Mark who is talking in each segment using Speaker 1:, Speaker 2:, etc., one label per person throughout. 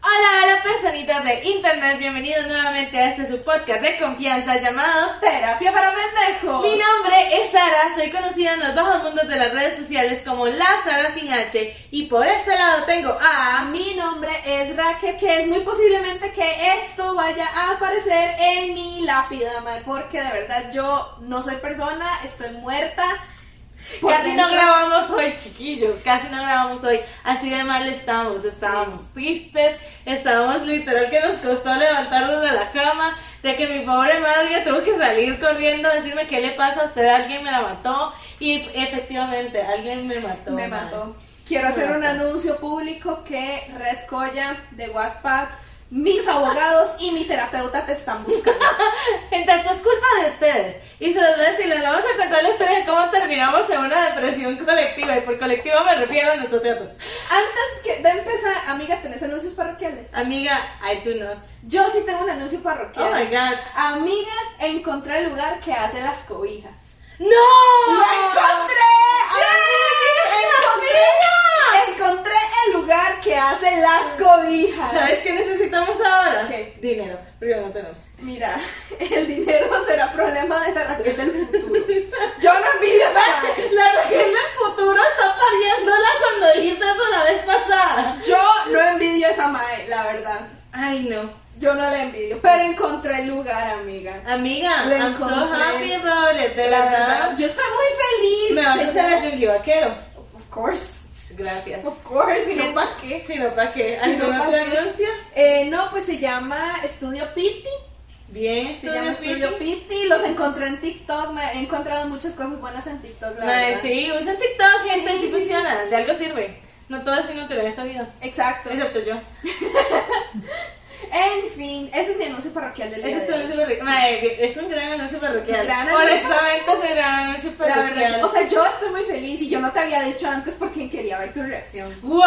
Speaker 1: Hola, hola personitas de internet, bienvenidos nuevamente a este su podcast de confianza llamado Terapia para Pendejos. Mi nombre es Sara, soy conocida en los bajos mundos de las redes sociales como La Sara sin H y por este lado tengo a...
Speaker 2: Mi nombre es Raquel, que es muy posiblemente que esto vaya a aparecer en mi lápida, mae, porque de verdad yo no soy persona, estoy muerta. Por
Speaker 1: Casi no
Speaker 2: dentro-
Speaker 1: grabamos hoy, chiquillos, casi no grabamos hoy. Así de mal estábamos, estábamos tristes, estábamos literal que nos costó levantarnos de la cama, de que mi pobre madre tuvo que salir corriendo a decirme qué le pasa a usted, alguien me la mató y efectivamente alguien me mató.
Speaker 2: Me
Speaker 1: madre.
Speaker 2: mató. Quiero hacer
Speaker 1: Me
Speaker 2: un
Speaker 1: mató.
Speaker 2: anuncio público que Red Coya de Wattpad, mis abogados y mi terapeuta te están buscando.
Speaker 1: Entonces esto es culpa de ustedes. Y se les voy a decir, les vamos a contar la historia de cómo terminamos en una depresión colectiva. Y por colectiva me refiero a nosotros. dos.
Speaker 2: Antes que de empezar, amiga, ¿tenés anuncios parroquiales?
Speaker 1: Amiga, I do not.
Speaker 2: Yo sí tengo un anuncio parroquial.
Speaker 1: Ah. Oh my god.
Speaker 2: Amiga, encontré el lugar que hace las cobijas. ¡Lo
Speaker 1: ¡No!
Speaker 2: encontré! ¡Amiga! Encontré, encontré el lugar que hace las cobijas.
Speaker 1: ¿Sabes qué necesitamos ahora?
Speaker 2: ¿Qué?
Speaker 1: Dinero, porque no tenemos.
Speaker 2: Mira, el dinero será problema de la Raquel del futuro. Yo no envidio a esa madre.
Speaker 1: La Raquel del futuro está pariéndola cuando dijiste eso la vez pasada.
Speaker 2: Yo no envidio a esa mae, la verdad.
Speaker 1: Ay, no.
Speaker 2: Yo no la envidio, pero encontré el lugar, amiga.
Speaker 1: Amiga,
Speaker 2: Le
Speaker 1: I'm so
Speaker 2: encontré.
Speaker 1: happy about it, de
Speaker 2: la
Speaker 1: verdad.
Speaker 2: yo estoy muy feliz.
Speaker 1: Me vas a hacer
Speaker 2: señora.
Speaker 1: a Yungi Vaquero.
Speaker 2: Of course.
Speaker 1: Pues, Gracias.
Speaker 2: Of course, y no pa' qué.
Speaker 1: Si no, ¿para qué?
Speaker 2: Si no,
Speaker 1: ¿Algún
Speaker 2: ¿pa'
Speaker 1: otro
Speaker 2: qué?
Speaker 1: anuncio?
Speaker 2: Eh, no, pues se llama Estudio Pitti.
Speaker 1: Bien,
Speaker 2: Se llama Estudio
Speaker 1: Piti.
Speaker 2: Pitti. Los encontré en TikTok. Me he encontrado muchas cosas buenas en TikTok, la
Speaker 1: Madre,
Speaker 2: verdad.
Speaker 1: sí, usa TikTok, gente,
Speaker 2: Sí,
Speaker 1: sí,
Speaker 2: sí,
Speaker 1: funciona. De algo sirve. No todo es inútil en esta vida.
Speaker 2: Exacto.
Speaker 1: Excepto yo.
Speaker 2: En fin, ese es mi anuncio parroquial del día.
Speaker 1: Ese
Speaker 2: de
Speaker 1: es un
Speaker 2: hoy.
Speaker 1: anuncio parroquial. Madre, es un gran anuncio parroquial.
Speaker 2: gran anuncio.
Speaker 1: Honestamente, es un gran anuncio
Speaker 2: La
Speaker 1: parroquial.
Speaker 2: verdad, yo- o sea, yo estoy muy feliz y yo no te había dicho antes porque quería ver tu reacción.
Speaker 1: ¡Wow!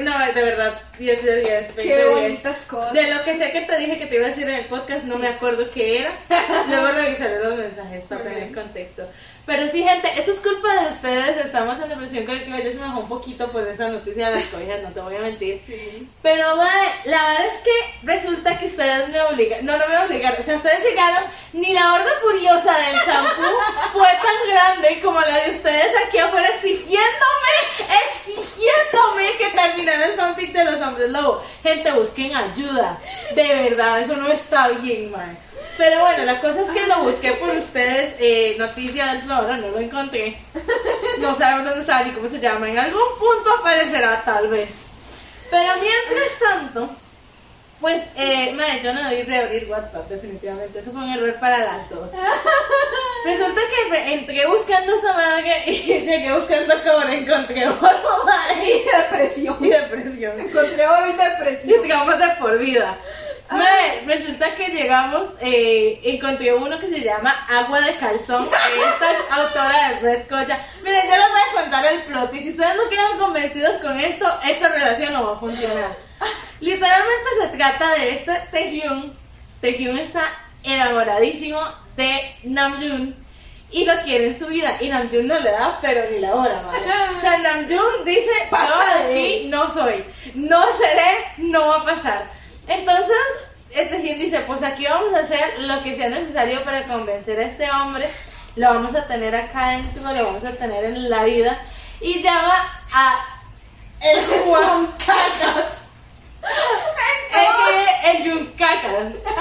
Speaker 1: No, de verdad, 10 de 10, 20
Speaker 2: Qué
Speaker 1: de 10.
Speaker 2: bonitas cosas.
Speaker 1: De lo que sé que te dije que te iba a decir en el podcast, no me acuerdo qué era. Luego revisaré los mensajes para
Speaker 2: Muy
Speaker 1: tener
Speaker 2: bien.
Speaker 1: contexto. Pero sí, gente, esto es culpa de ustedes. Estamos en depresión colectiva. Yo se me bajó un poquito por esa noticia de las cobijas, no te voy a mentir.
Speaker 2: Sí.
Speaker 1: Pero mae, la verdad es que resulta que ustedes me obligaron, no, no me obligaron, o sea, ustedes llegaron, ni la horda furiosa del champú fue tan grande como la de ustedes aquí afuera exigiéndome, exigiéndome que terminara el fanfic de los hombres lobo. Gente, busquen ayuda, de verdad, eso no está bien, mae. Pero bueno, la cosa es que lo busqué por ustedes, eh, noticia del flora, no lo encontré. No sabemos dónde está ni cómo se llama. En algún punto aparecerá, tal vez. Pero mientras tanto, pues, eh, madre, yo no debí reabrir WhatsApp, definitivamente. Eso fue un error para las dos. Resulta que re- entré buscando esa madre y llegué buscando cobre. Encontré oro, madre,
Speaker 2: Y depresión.
Speaker 1: y depresión.
Speaker 2: Encontré hoy
Speaker 1: Y
Speaker 2: depresión.
Speaker 1: traumas de por vida.
Speaker 2: Ah.
Speaker 1: Mae, resulta que llegamos, eh, encontré uno que se llama Agua de Calzón. Esta es autora de Red Cocha. Miren, yo les voy a contar el plot. Y si ustedes no quedan convencidos con esto, esta relación no va a funcionar. Literalmente se trata de este Taehyung. Taehyung está enamoradísimo de Namjoon y lo quiere en su vida. Y Namjoon no le da, pero ni la hora, madre. O sea, Namjoon dice:
Speaker 2: Pasa
Speaker 1: "Yo
Speaker 2: de
Speaker 1: de ti no soy, no seré, no va a pasar. Entonces, este quien dice, pues aquí vamos a hacer lo que sea necesario para convencer a este hombre, lo vamos a tener acá dentro, lo vamos a tener en la vida, y llama a el Juan Cacas, el, que- el Jun Cacas.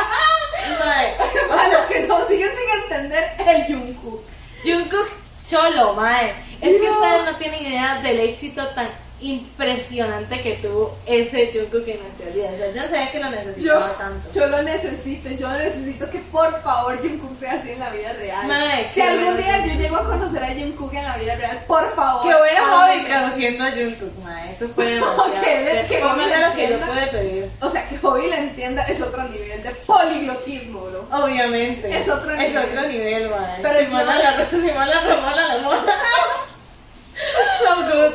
Speaker 1: Mae,
Speaker 2: Para los que no siguen sin entender, el Jungkook.
Speaker 1: Jungkook Cholo, mae. Es que
Speaker 2: No.
Speaker 1: ustedes no tienen idea del éxito tan impresionante que tuvo ese Jungkook en nuestras vidas. O sea, yo no sabía que lo
Speaker 2: Yo,
Speaker 1: necesitaba tanto.
Speaker 2: yo lo necesito, yo necesito que por favor Jungkook sea así en la vida real.
Speaker 1: Mae,
Speaker 2: si
Speaker 1: qué
Speaker 2: algún
Speaker 1: bueno.
Speaker 2: día yo llego a conocer a Jungkook en la vida real, por favor.
Speaker 1: Que hubiera
Speaker 2: Háganme.
Speaker 1: Bobby siendo a Jungkook, mae. Eso fue
Speaker 2: Que-
Speaker 1: demasiado.
Speaker 2: que
Speaker 1: Póngale
Speaker 2: Bobby
Speaker 1: lo que yo
Speaker 2: entienda.
Speaker 1: pude pedir.
Speaker 2: O sea, que Bobby la entienda es otro nivel de poliglotismo, bro.
Speaker 1: Obviamente.
Speaker 2: Es otro nivel.
Speaker 1: Es otro nivel, eh. mae.
Speaker 2: Pero
Speaker 1: Simona
Speaker 2: yo-
Speaker 1: la rosa, Simona la Romola la mona. So good.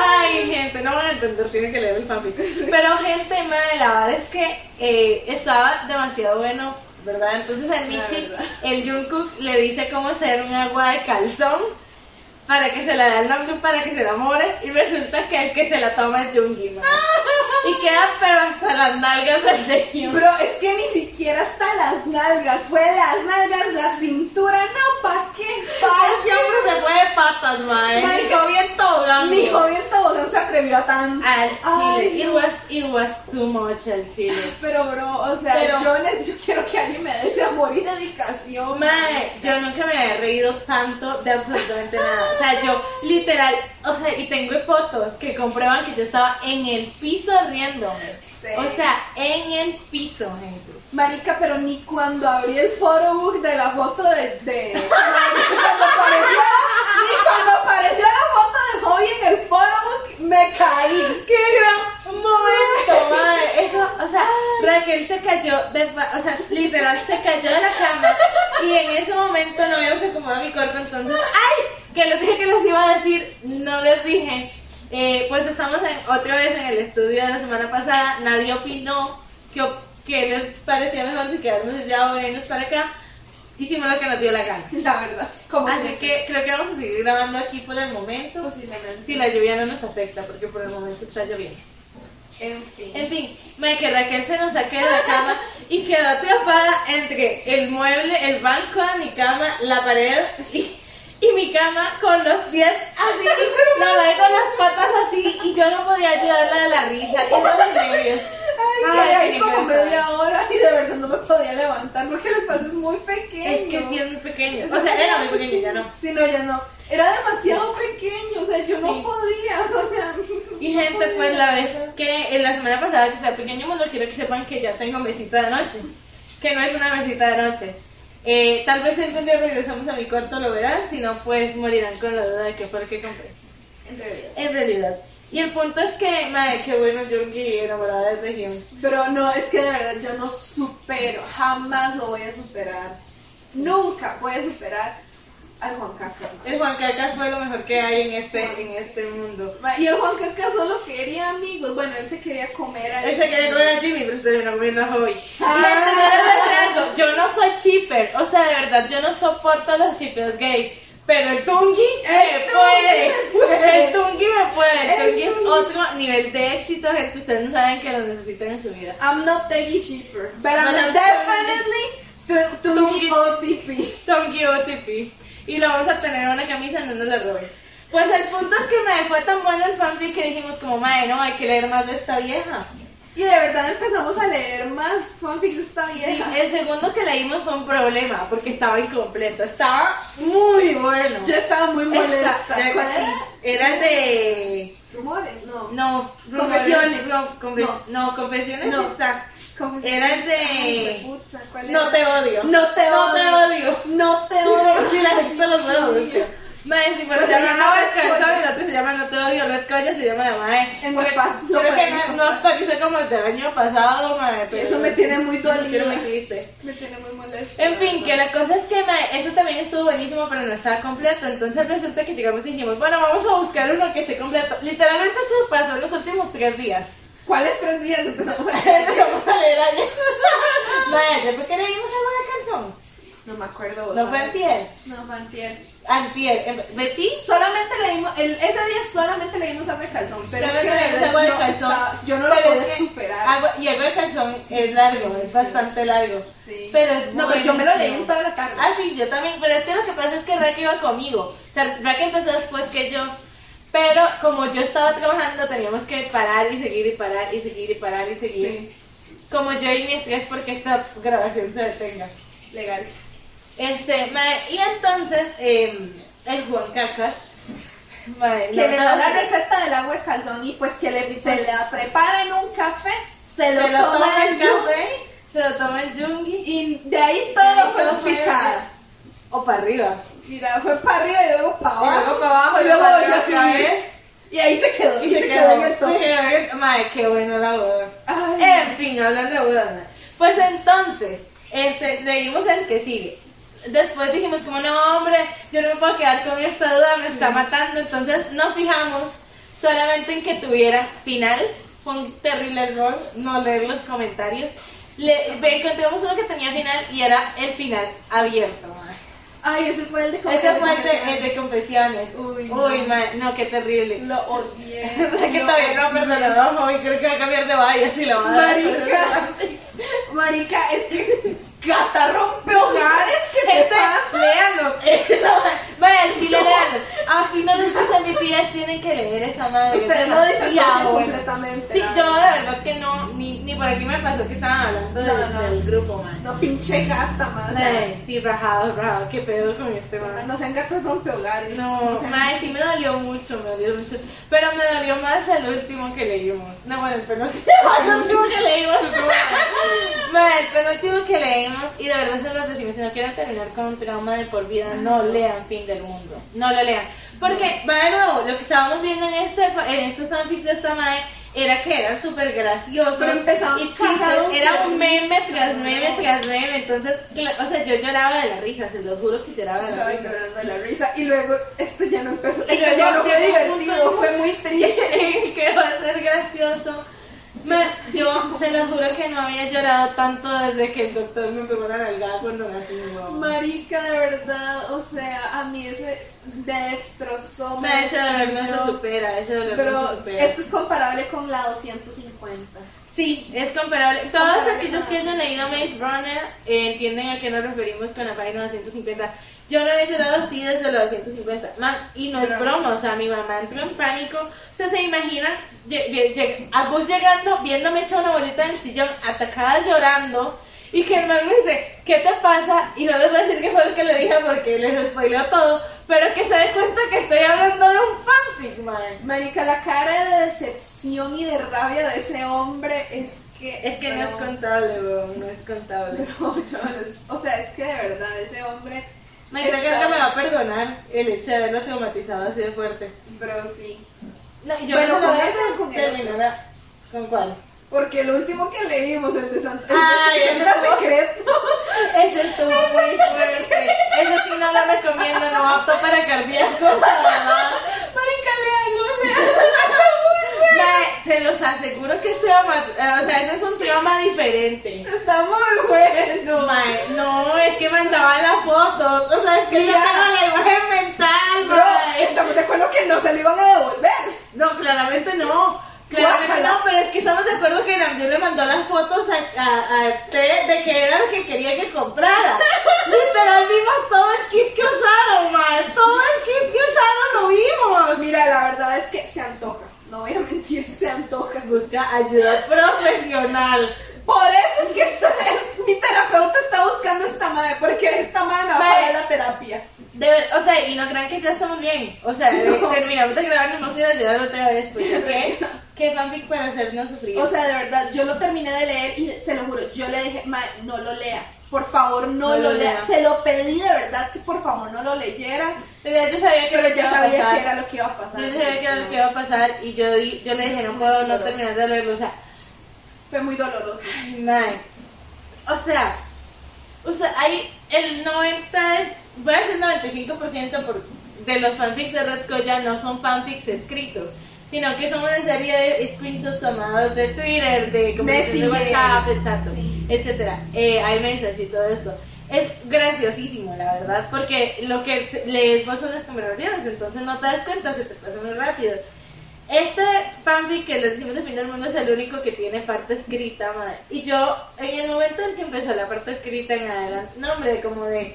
Speaker 1: Ay, gente, no van a entender, tienen que leer el papi. Pero, gente, madre, la verdad es que eh, estaba demasiado bueno, ¿verdad? Entonces, a Michi,
Speaker 2: verdad.
Speaker 1: el Jungkook le dice cómo hacer un agua de calzón para que se la dé al Namjoon para que se enamore. Y resulta que el que se la toma es Jungkook, madre. Y queda, pero hasta las nalgas del de Hyun.
Speaker 2: Bro, es que ni siquiera hasta las nalgas, fue las nalgas, la cintura, no, ¿pa' qué?
Speaker 1: Ay,
Speaker 2: ¿Pa'
Speaker 1: hombre, se fue de patas, mae.
Speaker 2: Mae,
Speaker 1: Me dijo bien tobogán.
Speaker 2: qué? Mi joven tobogán se atrevió a tanto.
Speaker 1: Al chile.
Speaker 2: Ay,
Speaker 1: it, was, it was too much al chile.
Speaker 2: Pero, bro, o sea,
Speaker 1: Pero-
Speaker 2: yo, ne- yo quiero que alguien me dé ese amor y dedicación.
Speaker 1: Mae, yo nunca me había reído tanto de absolutamente nada. O sea, yo literal, o sea, y tengo fotos que comprueban que yo estaba en el piso riéndome.
Speaker 2: Sí.
Speaker 1: O sea, en el piso, gente.
Speaker 2: Marica, pero ni cuando abrí el photobook de la foto de. de- ni cuando apareció, ni cuando apareció la foto de Hobby en el photobook, me caí.
Speaker 1: ¡Qué gran momento, madre! Eso, o sea, Raquel se cayó, de, fa- o sea, literal se cayó de la cama y en ese momento no habíamos acomodado mi corte, entonces, ¡ay! Que les dije que les iba a decir, no les dije. Eh, pues estamos en- otra vez en el estudio de la semana pasada, nadie opinó que, op- que les parecía mejor si quedarnos ya o irnos para acá. Hicimos lo que nos dio la gana.
Speaker 2: La verdad, como
Speaker 1: Así
Speaker 2: siempre.
Speaker 1: que creo que vamos a seguir grabando aquí por el momento.
Speaker 2: Posiblemente.
Speaker 1: Si la lluvia no nos afecta, porque por el momento está lloviendo.
Speaker 2: En fin.
Speaker 1: En fin, me que Raquel se nos saque de la cama y quedó atrapada entre el mueble, el banco de mi cama, la pared y, y mi cama con los pies así, la madre con las patas así y yo no podía ayudarla de la risa y de los nervios.
Speaker 2: Ay, ay,
Speaker 1: sí,
Speaker 2: ay, como
Speaker 1: qué
Speaker 2: media hora y de verdad no me podía levantar porque el espacio es muy pequeño.
Speaker 1: Es que sí es muy pequeño, o sea, era muy pequeño, ya no.
Speaker 2: Sí, no, ya no. Era demasiado pequeño, o sea, yo
Speaker 1: Sí.
Speaker 2: no podía, o sea.
Speaker 1: Y gente, pues la vez que en la semana pasada que fue a Pequeño Mundo, quiero que sepan que ya tengo mesita de noche. Que no es una mesita de noche. Eh, tal vez algún día regresamos a mi cuarto, lo verán. Si no, pues morirán con la duda de qué fue lo que compré.
Speaker 2: En realidad.
Speaker 1: En realidad. Y el punto es que, madre, qué bueno, Jungi enamorada de Hyun.
Speaker 2: Pero no, es que de verdad yo no supero, jamás lo voy a superar. Nunca voy a superar al Juan Caca.
Speaker 1: El Juan Cacas fue lo mejor que hay en este, en este mundo.
Speaker 2: Y el Juan Caca solo quería amigos, bueno, él se quería comer a
Speaker 1: Él se quería comer a Jimmy, pero se terminó comiendo a Hobby.
Speaker 2: Ah.
Speaker 1: Y entonces, les algo, yo no soy chipper, o sea, de verdad, yo no soporto a los chippers gay. Pero el Tungi
Speaker 2: El
Speaker 1: me
Speaker 2: Tungi
Speaker 1: puede.
Speaker 2: me puede.
Speaker 1: El Tungi me puede. El
Speaker 2: El
Speaker 1: Tungi es
Speaker 2: Tungi.
Speaker 1: otro nivel de éxito, gente. Ustedes no saben que lo necesitan en su vida.
Speaker 2: I'm not Peggy Shipper, but
Speaker 1: But
Speaker 2: I'm
Speaker 1: I'm
Speaker 2: definitely to, to
Speaker 1: Tungi.
Speaker 2: me OTP.
Speaker 1: Tungi OTP. Y lo vamos a tener en una camisa, no nos la roben. Pues el punto es que me fue tan bueno el fanfic que dijimos como, madre, no, hay que leer más de esta vieja.
Speaker 2: Y de verdad empezamos a leer más fanfics de esta
Speaker 1: Sí,
Speaker 2: vieja.
Speaker 1: el segundo que leímos fue un problema porque estaba incompleto. Estaba muy bueno.
Speaker 2: Yo estaba muy molesta.
Speaker 1: Esta- ya
Speaker 2: ¿Cuál
Speaker 1: que sí,
Speaker 2: era?
Speaker 1: era el de.
Speaker 2: Rumores, no.
Speaker 1: No,
Speaker 2: Confesiones.
Speaker 1: No, confe- no, confesiones
Speaker 2: No.
Speaker 1: no está.
Speaker 2: ¿Cómo se
Speaker 1: Era
Speaker 2: llama?
Speaker 1: el de-
Speaker 2: Ay, pucha, ¿cuál
Speaker 1: No
Speaker 2: era?
Speaker 1: te odio.
Speaker 2: No te
Speaker 1: No te
Speaker 2: odio. No te odio.
Speaker 1: Si la gente se los huevos. Mae, si fuera
Speaker 2: Pues
Speaker 1: se
Speaker 2: se llama
Speaker 1: llama Red
Speaker 2: Red
Speaker 1: Colla,
Speaker 2: Colla.
Speaker 1: y el otro se llama No te odio, Red Colla se llama la mae.
Speaker 2: En Guapa,
Speaker 1: Creo
Speaker 2: no,
Speaker 1: que
Speaker 2: pero-
Speaker 1: no, no actualicé como el del año pasado, mae. pero-
Speaker 2: Eso me tiene
Speaker 1: Me
Speaker 2: muy
Speaker 1: tiene muy
Speaker 2: dolida.
Speaker 1: triste.
Speaker 2: Me tiene muy molesta.
Speaker 1: En fin, que la cosa es que mae, eso también estuvo buenísimo, pero no estaba completo. Entonces resulta que llegamos y dijimos, bueno, vamos a buscar uno que esté completo. Literalmente esto pasó en los últimos tres días.
Speaker 2: ¿Cuáles tres días empezamos a leer?
Speaker 1: Empezamos a leer ayer. Mae, ¿ya fue que leímos algo de canción?
Speaker 2: No me acuerdo.
Speaker 1: No fue
Speaker 2: ¿sabes?
Speaker 1: antier.
Speaker 2: No fue antier.
Speaker 1: Antier. em- ¿Ve- ¿Sí?
Speaker 2: Solamente leímos, el- ese día solamente leímos agua de calzón, pero es que
Speaker 1: Solamente
Speaker 2: de
Speaker 1: leímos
Speaker 2: verdad
Speaker 1: agua de
Speaker 2: yo
Speaker 1: calzón.
Speaker 2: estaba- yo no lo
Speaker 1: Pero
Speaker 2: pude
Speaker 1: es que
Speaker 2: superar.
Speaker 1: Agua- y el de calzón es largo, es bastante largo.
Speaker 2: Sí.
Speaker 1: Pero es
Speaker 2: no, pero yo me lo leí en
Speaker 1: buenísimo.
Speaker 2: toda la tarde.
Speaker 1: Ah, sí, yo también. Pero es que lo que pasa es que Raquel iba conmigo. O sea, Raquel empezó después que yo. Pero como yo estaba trabajando, teníamos que parar y seguir y parar y seguir y parar y seguir.
Speaker 2: Sí.
Speaker 1: Como yo y mi estrés porque esta grabación se detenga.
Speaker 2: Legal.
Speaker 1: Este, mae, y entonces, em, el Juan Cacas. mae,
Speaker 2: que
Speaker 1: no,
Speaker 2: le da
Speaker 1: no,
Speaker 2: la receta del agua de calzón y pues que le, se la prepara en un café, se lo,
Speaker 1: se lo
Speaker 2: toma
Speaker 1: toma el
Speaker 2: del café
Speaker 1: café, se lo toma el yungi.
Speaker 2: y de ahí todo
Speaker 1: Y
Speaker 2: fue
Speaker 1: todo fue-
Speaker 2: picada.
Speaker 1: O para arriba.
Speaker 2: Mira, fue para arriba y luego para
Speaker 1: Para
Speaker 2: abajo.
Speaker 1: que Madre, qué bueno la boda.
Speaker 2: Ay.
Speaker 1: En fin, hablando de boda. madre. Pues entonces, este, seguimos el que sigue. Después dijimos como, no hombre, yo no me puedo quedar con esta duda, me está matando. Entonces nos fijamos solamente en que tuviera final. Fue un terrible error no leer los comentarios. Le, ve, encontramos uno que tenía final y era el final abierto. madre.
Speaker 2: Ay, ese fue el de
Speaker 1: Este fue el
Speaker 2: confesiones.
Speaker 1: de, el de confesiones.
Speaker 2: Uy,
Speaker 1: Uy,
Speaker 2: no.
Speaker 1: ma- no, qué terrible.
Speaker 2: Lo odié.
Speaker 1: Es que
Speaker 2: Lo
Speaker 1: todavía no ha
Speaker 2: odié.
Speaker 1: perdonado hoy, creo que va a cambiar de baile y lo va a dar.
Speaker 2: Marica. Marica, es que gata rompe hogares, ¿qué te
Speaker 1: Gente,
Speaker 2: pasa?
Speaker 1: léanlo. Este, Vaya, al chile, léanlo. Así no les gustan mis tías, tienen que leer esa madre.
Speaker 2: Ustedes lo
Speaker 1: Ya,
Speaker 2: desasocian
Speaker 1: bueno.
Speaker 2: completamente.
Speaker 1: Sí,
Speaker 2: la
Speaker 1: yo
Speaker 2: verdad.
Speaker 1: de verdad que no, ni, ni por aquí me pasó que estaban hablando
Speaker 2: No,
Speaker 1: del,
Speaker 2: no.
Speaker 1: del grupo, man.
Speaker 2: No pinche gata, madre.
Speaker 1: Ay, sí, rajado, rajado, qué pedo con este man.
Speaker 2: No sean gatos rompe hogares.
Speaker 1: No,
Speaker 2: sean-
Speaker 1: mae, sí me dolió mucho, me dolió mucho. Pero me dolió más el último que leímos. No, bueno, el penúltimo, el último que leímos. Mae, el penúltimo que leímos. Y de verdad se los decimos, si no quieren terminar con un trauma de por vida, no lean Fin del Mundo. No lo lean. Porque, va de nuevo, lo que estábamos viendo en, este, fa- en estos fanfics de esta mae era que eran súper graciosos
Speaker 2: Pero empezaban
Speaker 1: y chistes.
Speaker 2: cagados,
Speaker 1: Era
Speaker 2: pero-
Speaker 1: un meme tras meme tras meme. Entonces, cla- o sea, yo lloraba de la risa, se lo juro que lloraba de la
Speaker 2: Estaba
Speaker 1: risa.
Speaker 2: llorando de la risa y luego esto ya no empezó.
Speaker 1: Y
Speaker 2: Esto
Speaker 1: luego
Speaker 2: ya no fue
Speaker 1: llegó un
Speaker 2: divertido,
Speaker 1: punto-
Speaker 2: fue muy triste.
Speaker 1: que va a ser gracioso. Me- yo se los juro que no había llorado tanto desde que el doctor me pegó la nalgada cuando nací mi guagua.
Speaker 2: Marica, de verdad, o sea, a mí ese me destrozó.
Speaker 1: O
Speaker 2: me
Speaker 1: sea, ese dolor no
Speaker 2: destruyó.
Speaker 1: se supera, ese dolor no se
Speaker 2: Pero
Speaker 1: supera.
Speaker 2: esto es comparable con la 250.
Speaker 1: Sí, es comparable.
Speaker 2: Es
Speaker 1: Todos
Speaker 2: comparable.
Speaker 1: aquellos que hayan leído Maze Runner eh, entienden a qué nos referimos con la página 250. Yo no había llorado así desde los 250. Man, y no es
Speaker 2: Pero-
Speaker 1: broma, o sea, mi mamá entró en pánico. O sea, se imagina lle- lle- lle- a vos llegando, viéndome hecha una bolita en el sillón, atacada llorando. Y que el man me dice, ¿qué te pasa? Y no les voy a decir que fue lo que le dije porque les spoileó todo. Pero que se den cuenta que estoy hablando de un fanfic, man.
Speaker 2: Marica, la cara de decepción y de rabia de ese hombre es que.
Speaker 1: Es que no es
Speaker 2: pero-
Speaker 1: contable, weón, no es contable.
Speaker 2: pero yo los- O sea, es que de verdad, ese hombre.
Speaker 1: Me creo que
Speaker 2: está-
Speaker 1: nunca me va a perdonar el hecho de haberlo traumatizado así de fuerte.
Speaker 2: Bro, sí.
Speaker 1: No,
Speaker 2: yo no se lo voy a hacer con el otro.
Speaker 1: terminará. ¿Con cuál?
Speaker 2: Porque el último que leímos, el de Santa.
Speaker 1: Ay,
Speaker 2: el de Santa
Speaker 1: ese fue-
Speaker 2: Secreto.
Speaker 1: Ese estuvo muy fuerte. Ese sí no lo recomiendo, no apto para cardíacos, la verdad.
Speaker 2: Marica, léalo, léalo.
Speaker 1: Mae, Se los aseguro que este ama- eh, o sea, ese es un trauma diferente.
Speaker 2: Está muy bueno.
Speaker 1: Mae, no, es que mandaba la foto. O sea, es que yo
Speaker 2: Mira.
Speaker 1: tengo la imagen mental,
Speaker 2: Bro,
Speaker 1: mae.
Speaker 2: estamos de acuerdo que no se lo iban a devolver.
Speaker 1: No, claramente no. Claramente
Speaker 2: Guácala.
Speaker 1: no, pero es que estamos de acuerdo que Namjoon le mandó las fotos a, a, a T de que era lo que quería que comprara. Literal vimos todo el kit que usaron, mal. Todo el kit que usaron lo vimos.
Speaker 2: Mira, la verdad es que se antoja. No voy a mentir, se antoja.
Speaker 1: Busca ayuda profesional.
Speaker 2: Por eso es que esto es, mi terapeuta está buscando esta madre, porque esta madre me va a
Speaker 1: Mae.
Speaker 2: pagar la terapia.
Speaker 1: De ver- o sea, y no crean que ya estamos bien. O sea, de-
Speaker 2: No.
Speaker 1: terminamos de grabar, nos vamos a ir a ayudar otra vez. Pues, ¿Qué? ¿Qué fanfic para hacernos sufrir?
Speaker 2: O sea, de verdad, yo lo terminé de leer y se lo juro, yo le dije, mae, no lo lea. Por favor, no, lo, lea. Se lo pedí de verdad que por favor no lo leyera,
Speaker 1: Pero yo sabía que
Speaker 2: pero
Speaker 1: lo
Speaker 2: ya
Speaker 1: iba a
Speaker 2: sabía
Speaker 1: pasar.
Speaker 2: que era lo que iba a pasar.
Speaker 1: Yo sabía que era lo que iba a pasar y yo, di- yo le dije, no puedo no terminar de leerlo. O sea,
Speaker 2: Fue muy doloroso.
Speaker 1: ay, mae. O sea, o sea, hay el 90, voy a decir 95% por- de los fanfics de Red Koya no son fanfics escritos, sino que son una serie de screenshots tomados de Twitter, de conversaciones de
Speaker 2: Messenger.
Speaker 1: WhatsApp, exacto,
Speaker 2: Sí.
Speaker 1: etcétera. Eh, hay mensajes y todo esto. Es graciosísimo, la verdad, porque lo que lees vos son las conversaciones, entonces no te das cuenta, se te pasa muy rápido. Este fanfic que le decimos de fin del mundo es el único que tiene parte escrita, madre. Y yo, en el momento en que empezó la parte escrita en adelante, no, hombre, como de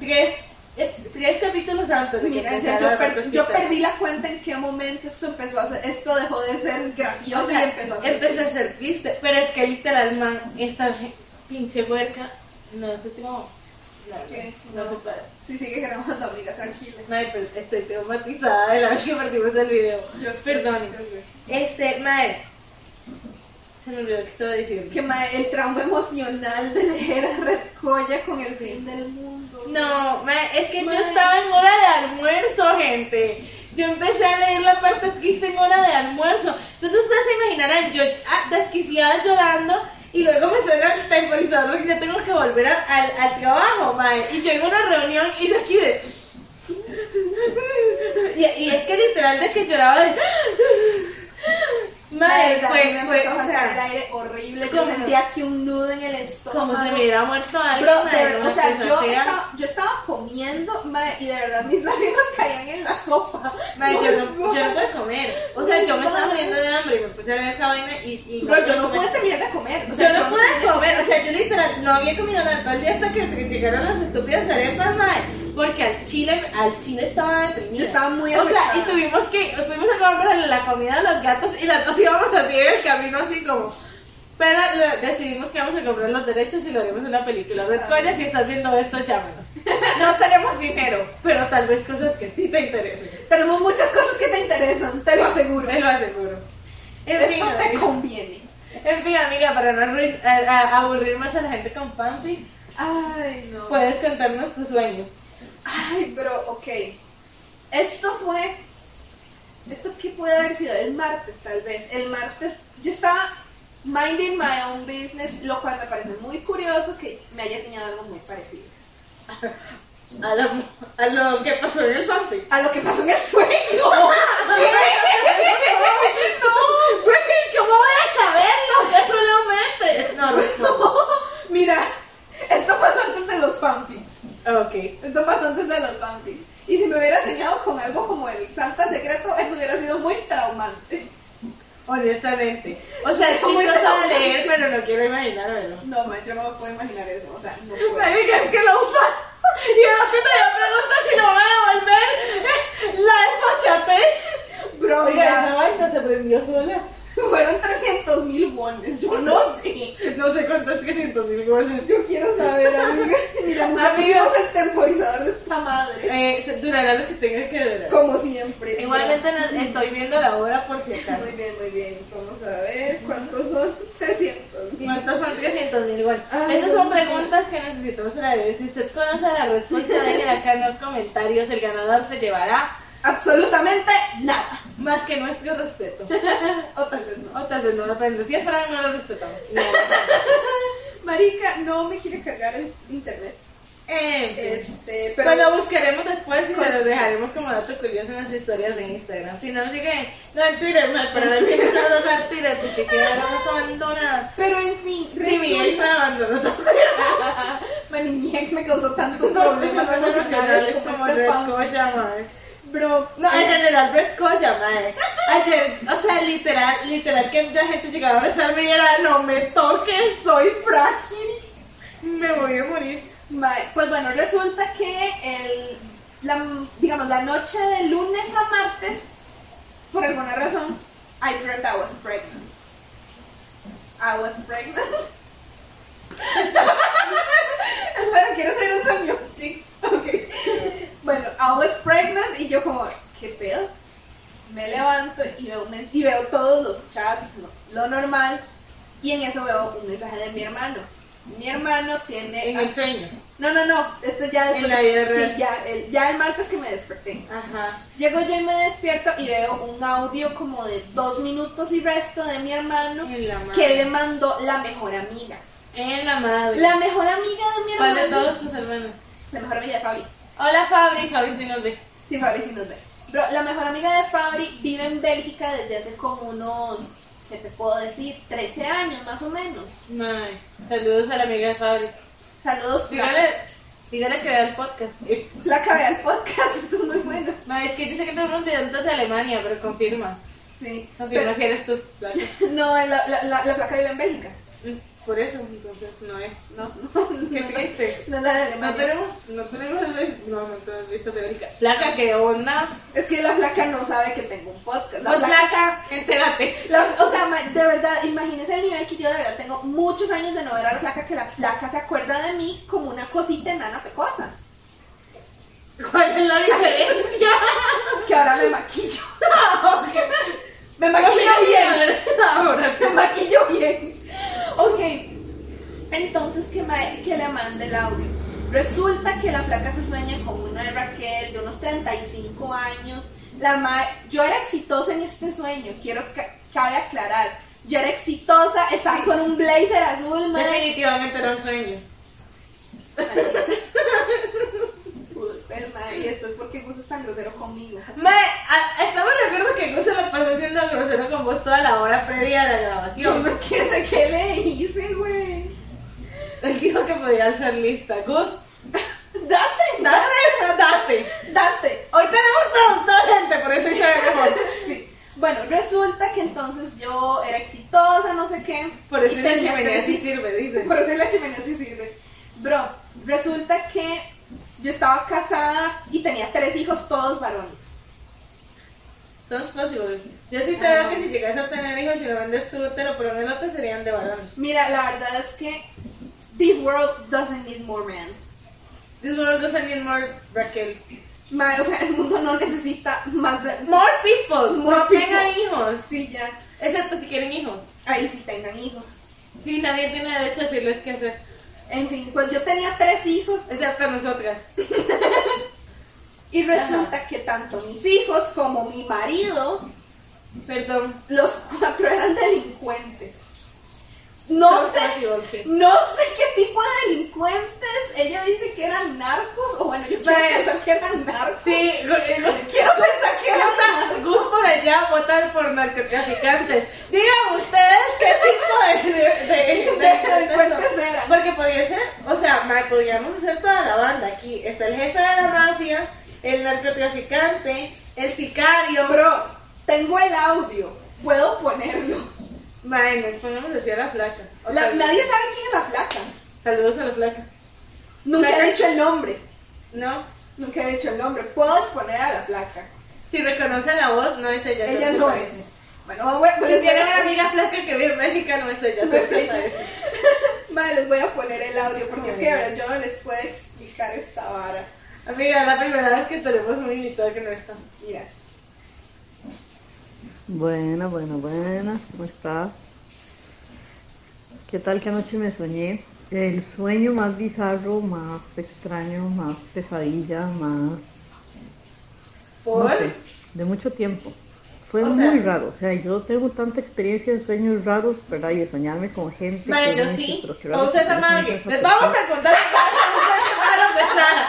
Speaker 1: tres, eh, tres capítulos antes de que
Speaker 2: Mira,
Speaker 1: empezara
Speaker 2: ya yo,
Speaker 1: la
Speaker 2: per-
Speaker 1: parte
Speaker 2: yo
Speaker 1: escrita.
Speaker 2: perdí la cuenta en qué momento esto empezó a ser- esto dejó de ser gracioso
Speaker 1: O sea,
Speaker 2: y empezó a ser.
Speaker 1: empezó a ser triste, pero es que literal, man, esta je- pinche huerca, no, es último,
Speaker 2: ¿Qué?
Speaker 1: no, no,
Speaker 2: No.
Speaker 1: se para.
Speaker 2: Sí, sigue grabando, amiga, tranquila.
Speaker 1: Madre, pero estoy traumatizada de la vez que partimos del video.
Speaker 2: Yo sé,
Speaker 1: Perdón.
Speaker 2: yo sé.
Speaker 1: Este, madre, se me olvidó que estaba diciendo.
Speaker 2: Que ma- el trauma emocional de leer a Red Colla con el fin del mundo.
Speaker 1: No, ma, es que
Speaker 2: Ma.
Speaker 1: yo estaba en hora de almuerzo, gente. yo empecé a leer la parte triste en hora de almuerzo. Entonces ustedes se imaginarán, yo ah, desquiciada llorando y luego me suena el temporizador que yo tengo que volver a- al, al trabajo, mae. Y yo en una reunión y yo aquí de... Y, y es que literal de que lloraba de... Mae,
Speaker 2: Verdad,
Speaker 1: fue,
Speaker 2: me
Speaker 1: fue,
Speaker 2: empezó a
Speaker 1: o
Speaker 2: sacar el
Speaker 1: sea,
Speaker 2: aire horrible. Yo
Speaker 1: como-
Speaker 2: sentía aquí un nudo en el estómago.
Speaker 1: como se me hubiera muerto alguien,
Speaker 2: Bro,
Speaker 1: mae,
Speaker 2: de verdad,
Speaker 1: me
Speaker 2: o sea,
Speaker 1: empezó a
Speaker 2: yo
Speaker 1: pegar.
Speaker 2: estaba, yo estaba comiendo mae, y de verdad mis lágrimas caían en la sopa.
Speaker 1: Mae, yo no,
Speaker 2: Bro,
Speaker 1: yo no pude comer. O sea, yo me estaba muriendo de hambre y me empecé a leer esta vaina y... y
Speaker 2: Bro, yo no
Speaker 1: comer.
Speaker 2: pude terminar de comer. o
Speaker 1: Yo
Speaker 2: sea,
Speaker 1: no pude
Speaker 2: terminé-
Speaker 1: comer, o sea, yo literal no había comido nada todo el día hasta que que llegaron las estúpidas arepas, mae, porque al chile, al chile estaba deprimida.
Speaker 2: Yo estaba muy
Speaker 1: O sea, y
Speaker 2: afectada.
Speaker 1: tuvimos que, fuimos a comprar la comida de los gatos y las dos íbamos a tirar el camino así como... Pero lo- decidimos que íbamos a comprar los derechos y lo haremos en una película. Red Coya, si estás viendo esto, llámanos.
Speaker 2: No tenemos dinero.
Speaker 1: Pero tal vez cosas que sí te interesen,
Speaker 2: Tenemos muchas cosas que te interesan, te lo aseguro.
Speaker 1: te lo aseguro. En fin,
Speaker 2: Esto te
Speaker 1: amiga.
Speaker 2: conviene.
Speaker 1: en fin, amiga, para no arruin- a- a- aburrir más a la gente con fancy,
Speaker 2: Ay, no.
Speaker 1: puedes contarnos tus sueños.
Speaker 2: Ay, bro, ok. Esto fue. ¿Esto qué puede haber sido? El martes, tal vez. El martes. Yo estaba minding my own business, lo cual me parece muy curioso que me haya enseñado algo muy parecido.
Speaker 1: A lo, a lo que pasó en el fanfic.
Speaker 2: A lo que pasó en el sueño. ¿Qué? No, güey, ¿cómo voy a saberlo?
Speaker 1: ¡Eso lo metes! No, no,
Speaker 2: Mira, esto pasó antes de los fanfics.
Speaker 1: no. Ok.
Speaker 2: Esto pasó antes de los fanfics. Y si me hubiera soñado con algo como el Santa Secreto, eso hubiera sido muy traumante.
Speaker 1: Honestamente. O sea, es
Speaker 2: Muy
Speaker 1: chistoso de
Speaker 2: traumante.
Speaker 1: leer, pero no quiero imaginármelo.
Speaker 2: No, man, yo no me puedo imaginar eso. O sea, no puedo.
Speaker 1: Marica, es que lo usa. Y ahora que te pregunta si lo van a devolver, la despachatez.
Speaker 2: Bro, ya,
Speaker 1: vaina se prendió sola.
Speaker 2: fueron 300 mil wones. Yo no sé.
Speaker 1: No sé cuántas que siento mil goles.
Speaker 2: Yo quiero saber, amiga. Mira, nunca
Speaker 1: Amiga.
Speaker 2: pusimos el temporizador de esta madre.
Speaker 1: Eh, se- durará lo que tenga que durar.
Speaker 2: Como siempre.
Speaker 1: Igualmente no- estoy viendo la hora por si acaso.
Speaker 2: Muy bien, muy bien. Vamos a ver cuántos son. 300 mil.
Speaker 1: ¿Cuántos son 300 mil igual?
Speaker 2: Ay,
Speaker 1: Estas son
Speaker 2: no sé.
Speaker 1: preguntas que necesitamos saber. Si usted conoce la respuesta, déjela acá en los comentarios. El ganador se llevará
Speaker 2: Absolutamente nada.
Speaker 1: más que nuestro respeto.
Speaker 2: O tal vez no.
Speaker 1: O tal vez no lo aprende. Si es para mí, no lo respetamos.
Speaker 2: Marica, no me quiere cargar el internet.
Speaker 1: Eh,
Speaker 2: Este, pero.
Speaker 1: pero lo buscaremos después y se los dejaremos como dato curioso en las historias de Instagram. Si no, sigue. No, en Twitter, más para ver si nos vas a dar Twitter porque quedaron abandonadas.
Speaker 2: pero en fin,
Speaker 1: Sí, Miguel
Speaker 2: resulta-
Speaker 1: me abandonó.
Speaker 2: Man, mi ex me causó tantos problemas
Speaker 1: Problemas emocionales
Speaker 2: emocionales
Speaker 1: como
Speaker 2: como
Speaker 1: Red
Speaker 2: este pan.
Speaker 1: Coya, madre.
Speaker 2: Bro,
Speaker 1: No, en
Speaker 2: eh,
Speaker 1: general, Red Coya, madre. Ayer, o sea, literal, literal, que la gente llegaba a besarme y era, no me toques,
Speaker 2: soy frágil.
Speaker 1: me voy a morir.
Speaker 2: Mae, Pues bueno, resulta que el, la, digamos, la noche de lunes a martes, por alguna razón, I dreamt I was pregnant. I was pregnant. Espera, ¿quieres oír un sueño?
Speaker 1: Sí.
Speaker 2: Ok. Bueno, I was pregnant y yo como, ¿qué pedo? Me levanto y veo, un mens- y veo todos los chats, lo, lo normal, y en eso veo un mensaje de mi hermano. Mi hermano tiene...
Speaker 1: En el sueño.
Speaker 2: No, no, no, esto ya es...
Speaker 1: En la vida
Speaker 2: sí,
Speaker 1: real.
Speaker 2: ya el, ya el martes que me desperté.
Speaker 1: Ajá.
Speaker 2: Llego yo y me despierto y veo un audio como de dos minutos y resto de mi hermano
Speaker 1: En la madre.
Speaker 2: que le mandó la mejor amiga.
Speaker 1: En la madre.
Speaker 2: La mejor amiga de mi
Speaker 1: ¿Cuál
Speaker 2: hermano.
Speaker 1: de todos tus hermanos?
Speaker 2: La mejor amiga de Fabi.
Speaker 1: Hola, Fabri. Fabri, si nos ve.
Speaker 2: Sí, Fabri sí nos ve. Pero la mejor amiga de Fabri vive en Bélgica desde hace como unos, ¿qué te puedo decir? 13 años más o menos.
Speaker 1: Madre. Saludos a la amiga de Fabri.
Speaker 2: Saludos, Flaca.
Speaker 1: Dígale, dígale que vea el podcast.
Speaker 2: Flaca, vea el podcast, esto es muy bueno.
Speaker 1: Madre, es que dice que tenemos videntes de Alemania, pero confirma.
Speaker 2: Sí.
Speaker 1: Confirma que eres tú. claro. Mm,
Speaker 2: No, la, la, la, la Flaca vive en Bélgica.
Speaker 1: Por eso, entonces, no es.
Speaker 2: No, no,
Speaker 1: Qué
Speaker 2: no,
Speaker 1: triste.
Speaker 2: no es la de
Speaker 1: No
Speaker 2: Alemania.
Speaker 1: tenemos, no tenemos el beso- no, no tenemos visto teórica. Placa, qué onda.
Speaker 2: Es que la Flaca no sabe que tengo un podcast. La
Speaker 1: Pues
Speaker 2: flaca-
Speaker 1: placa, entérate.
Speaker 2: La- o sea, ma- de verdad, imagínense el nivel que yo de verdad tengo muchos años de no ver a la flaca, que la flaca se acuerda de mí como una cosita enana pecosa,
Speaker 1: ¿Cuál es la diferencia?
Speaker 2: que ahora me maquillo. me maquillo bien,
Speaker 1: Ahora
Speaker 2: me maquillo bien. Ok, entonces que, ma- que le mande el audio. Resulta que la flaca se sueña con una Raquel de unos 35 años. La ma- yo era exitosa en este sueño, quiero ca- cabe aclarar. Yo era exitosa, estaba con un blazer azul, mae.
Speaker 1: Definitivamente era un sueño.
Speaker 2: Puta, mae, Y después, ¿por qué Gus es tan grosero conmigo?
Speaker 1: Me, a- estamos de acuerdo que Gus se la pasó siendo grosero con vos toda la hora previa a la
Speaker 2: Yo
Speaker 1: grabación.
Speaker 2: me quedé, ¿qué le hice, güey?
Speaker 1: Él dijo que podía ser lista. Gus,
Speaker 2: Date,
Speaker 1: date, date.
Speaker 2: date.
Speaker 1: Hoy tenemos preguntado gente, por eso hice mejor.
Speaker 2: Sí. Bueno, resulta que entonces yo era exitosa, no sé qué.
Speaker 1: Por eso
Speaker 2: y
Speaker 1: la
Speaker 2: tenía
Speaker 1: chimenea
Speaker 2: tres
Speaker 1: sí sirve, dice.
Speaker 2: Por eso la chimenea sí sirve. Bro, resulta que yo estaba casada y tenía tres hijos, todos varones.
Speaker 1: Son posibles. Yo sí te veo que si llegas a tener hijos y lo vendes tú, te lo pero no te serían de varón.
Speaker 2: Mira, la verdad es que this world doesn't need more men.
Speaker 1: This world doesn't need more Raquel.
Speaker 2: Ma- o sea, el mundo no necesita más de...
Speaker 1: More people.
Speaker 2: More
Speaker 1: no
Speaker 2: people.
Speaker 1: tengan hijos.
Speaker 2: Sí, ya.
Speaker 1: Excepto si quieren hijos.
Speaker 2: Ahí sí tengan hijos.
Speaker 1: Sí, nadie tiene derecho a decirles qué hacer.
Speaker 2: En fin, pues yo tenía tres hijos
Speaker 1: Excepto nosotras.
Speaker 2: y resulta que tanto mis hijos como mi marido
Speaker 1: Perdón.
Speaker 2: los cuatro eran delincuentes. No
Speaker 1: Son
Speaker 2: sé,
Speaker 1: posibles.
Speaker 2: no sé qué tipo de delincuentes. Ella dice que eran narcos, o bueno, yo quiero
Speaker 1: Bueno.
Speaker 2: pensar que eran narcos.
Speaker 1: Sí,
Speaker 2: Quiero pensar que eran narcos.
Speaker 1: Gus por allá votar por narcotraficantes. Digan ustedes qué tipo de, de- de-
Speaker 2: De delincuentes eran.
Speaker 1: Porque podría ser, o sea, ma, podríamos hacer toda la banda aquí. Está el jefe de la mafia, el narcotraficante, el sicario.
Speaker 2: Bro, tengo el audio, puedo ponerlo.
Speaker 1: Bueno, ponemos así a la flaca. O
Speaker 2: La-
Speaker 1: tal vez-
Speaker 2: nadie sabe quién es la flaca.
Speaker 1: Saludos a la flaca.
Speaker 2: Nunca
Speaker 1: Flaca.
Speaker 2: he dicho el nombre.
Speaker 1: No,
Speaker 2: Nunca he dicho el nombre. Puedo exponer a la flaca.
Speaker 1: si reconocen la voz, no es ella. se
Speaker 2: Ella no
Speaker 1: sabe.
Speaker 2: es. Bueno, voy a,
Speaker 1: Si
Speaker 2: les voy
Speaker 1: tienen una
Speaker 2: a-
Speaker 1: amiga flaca que vive en México, no es ella.
Speaker 2: No
Speaker 1: se
Speaker 2: es ella.
Speaker 1: sabe.
Speaker 2: Madre, les voy a poner el audio porque es que de
Speaker 1: Ay.
Speaker 2: verdad yo no les puedo explicar esta vara.
Speaker 1: Amiga, la primera vez que tenemos un invitado que no está.
Speaker 2: Mira.
Speaker 3: Bueno, bueno, bueno, ¿cómo estás? ¿Qué tal que anoche me soñé? El sueño más bizarro, más extraño, más pesadilla, más...
Speaker 1: ¿Por?
Speaker 3: no sé, de mucho tiempo. Fue
Speaker 1: O sea-
Speaker 3: muy raro, o sea, yo tengo tanta experiencia de sueños raros, ¿verdad? Y de soñarme con gente
Speaker 1: Bueno,
Speaker 3: que
Speaker 1: yo
Speaker 3: uno dice,
Speaker 1: sí.
Speaker 3: "Pero qué raro
Speaker 1: Vamos
Speaker 3: que pues,
Speaker 1: a esa
Speaker 3: parece
Speaker 1: madre.
Speaker 3: esa
Speaker 1: Les
Speaker 3: persona".
Speaker 1: vamos a contar los de Sara.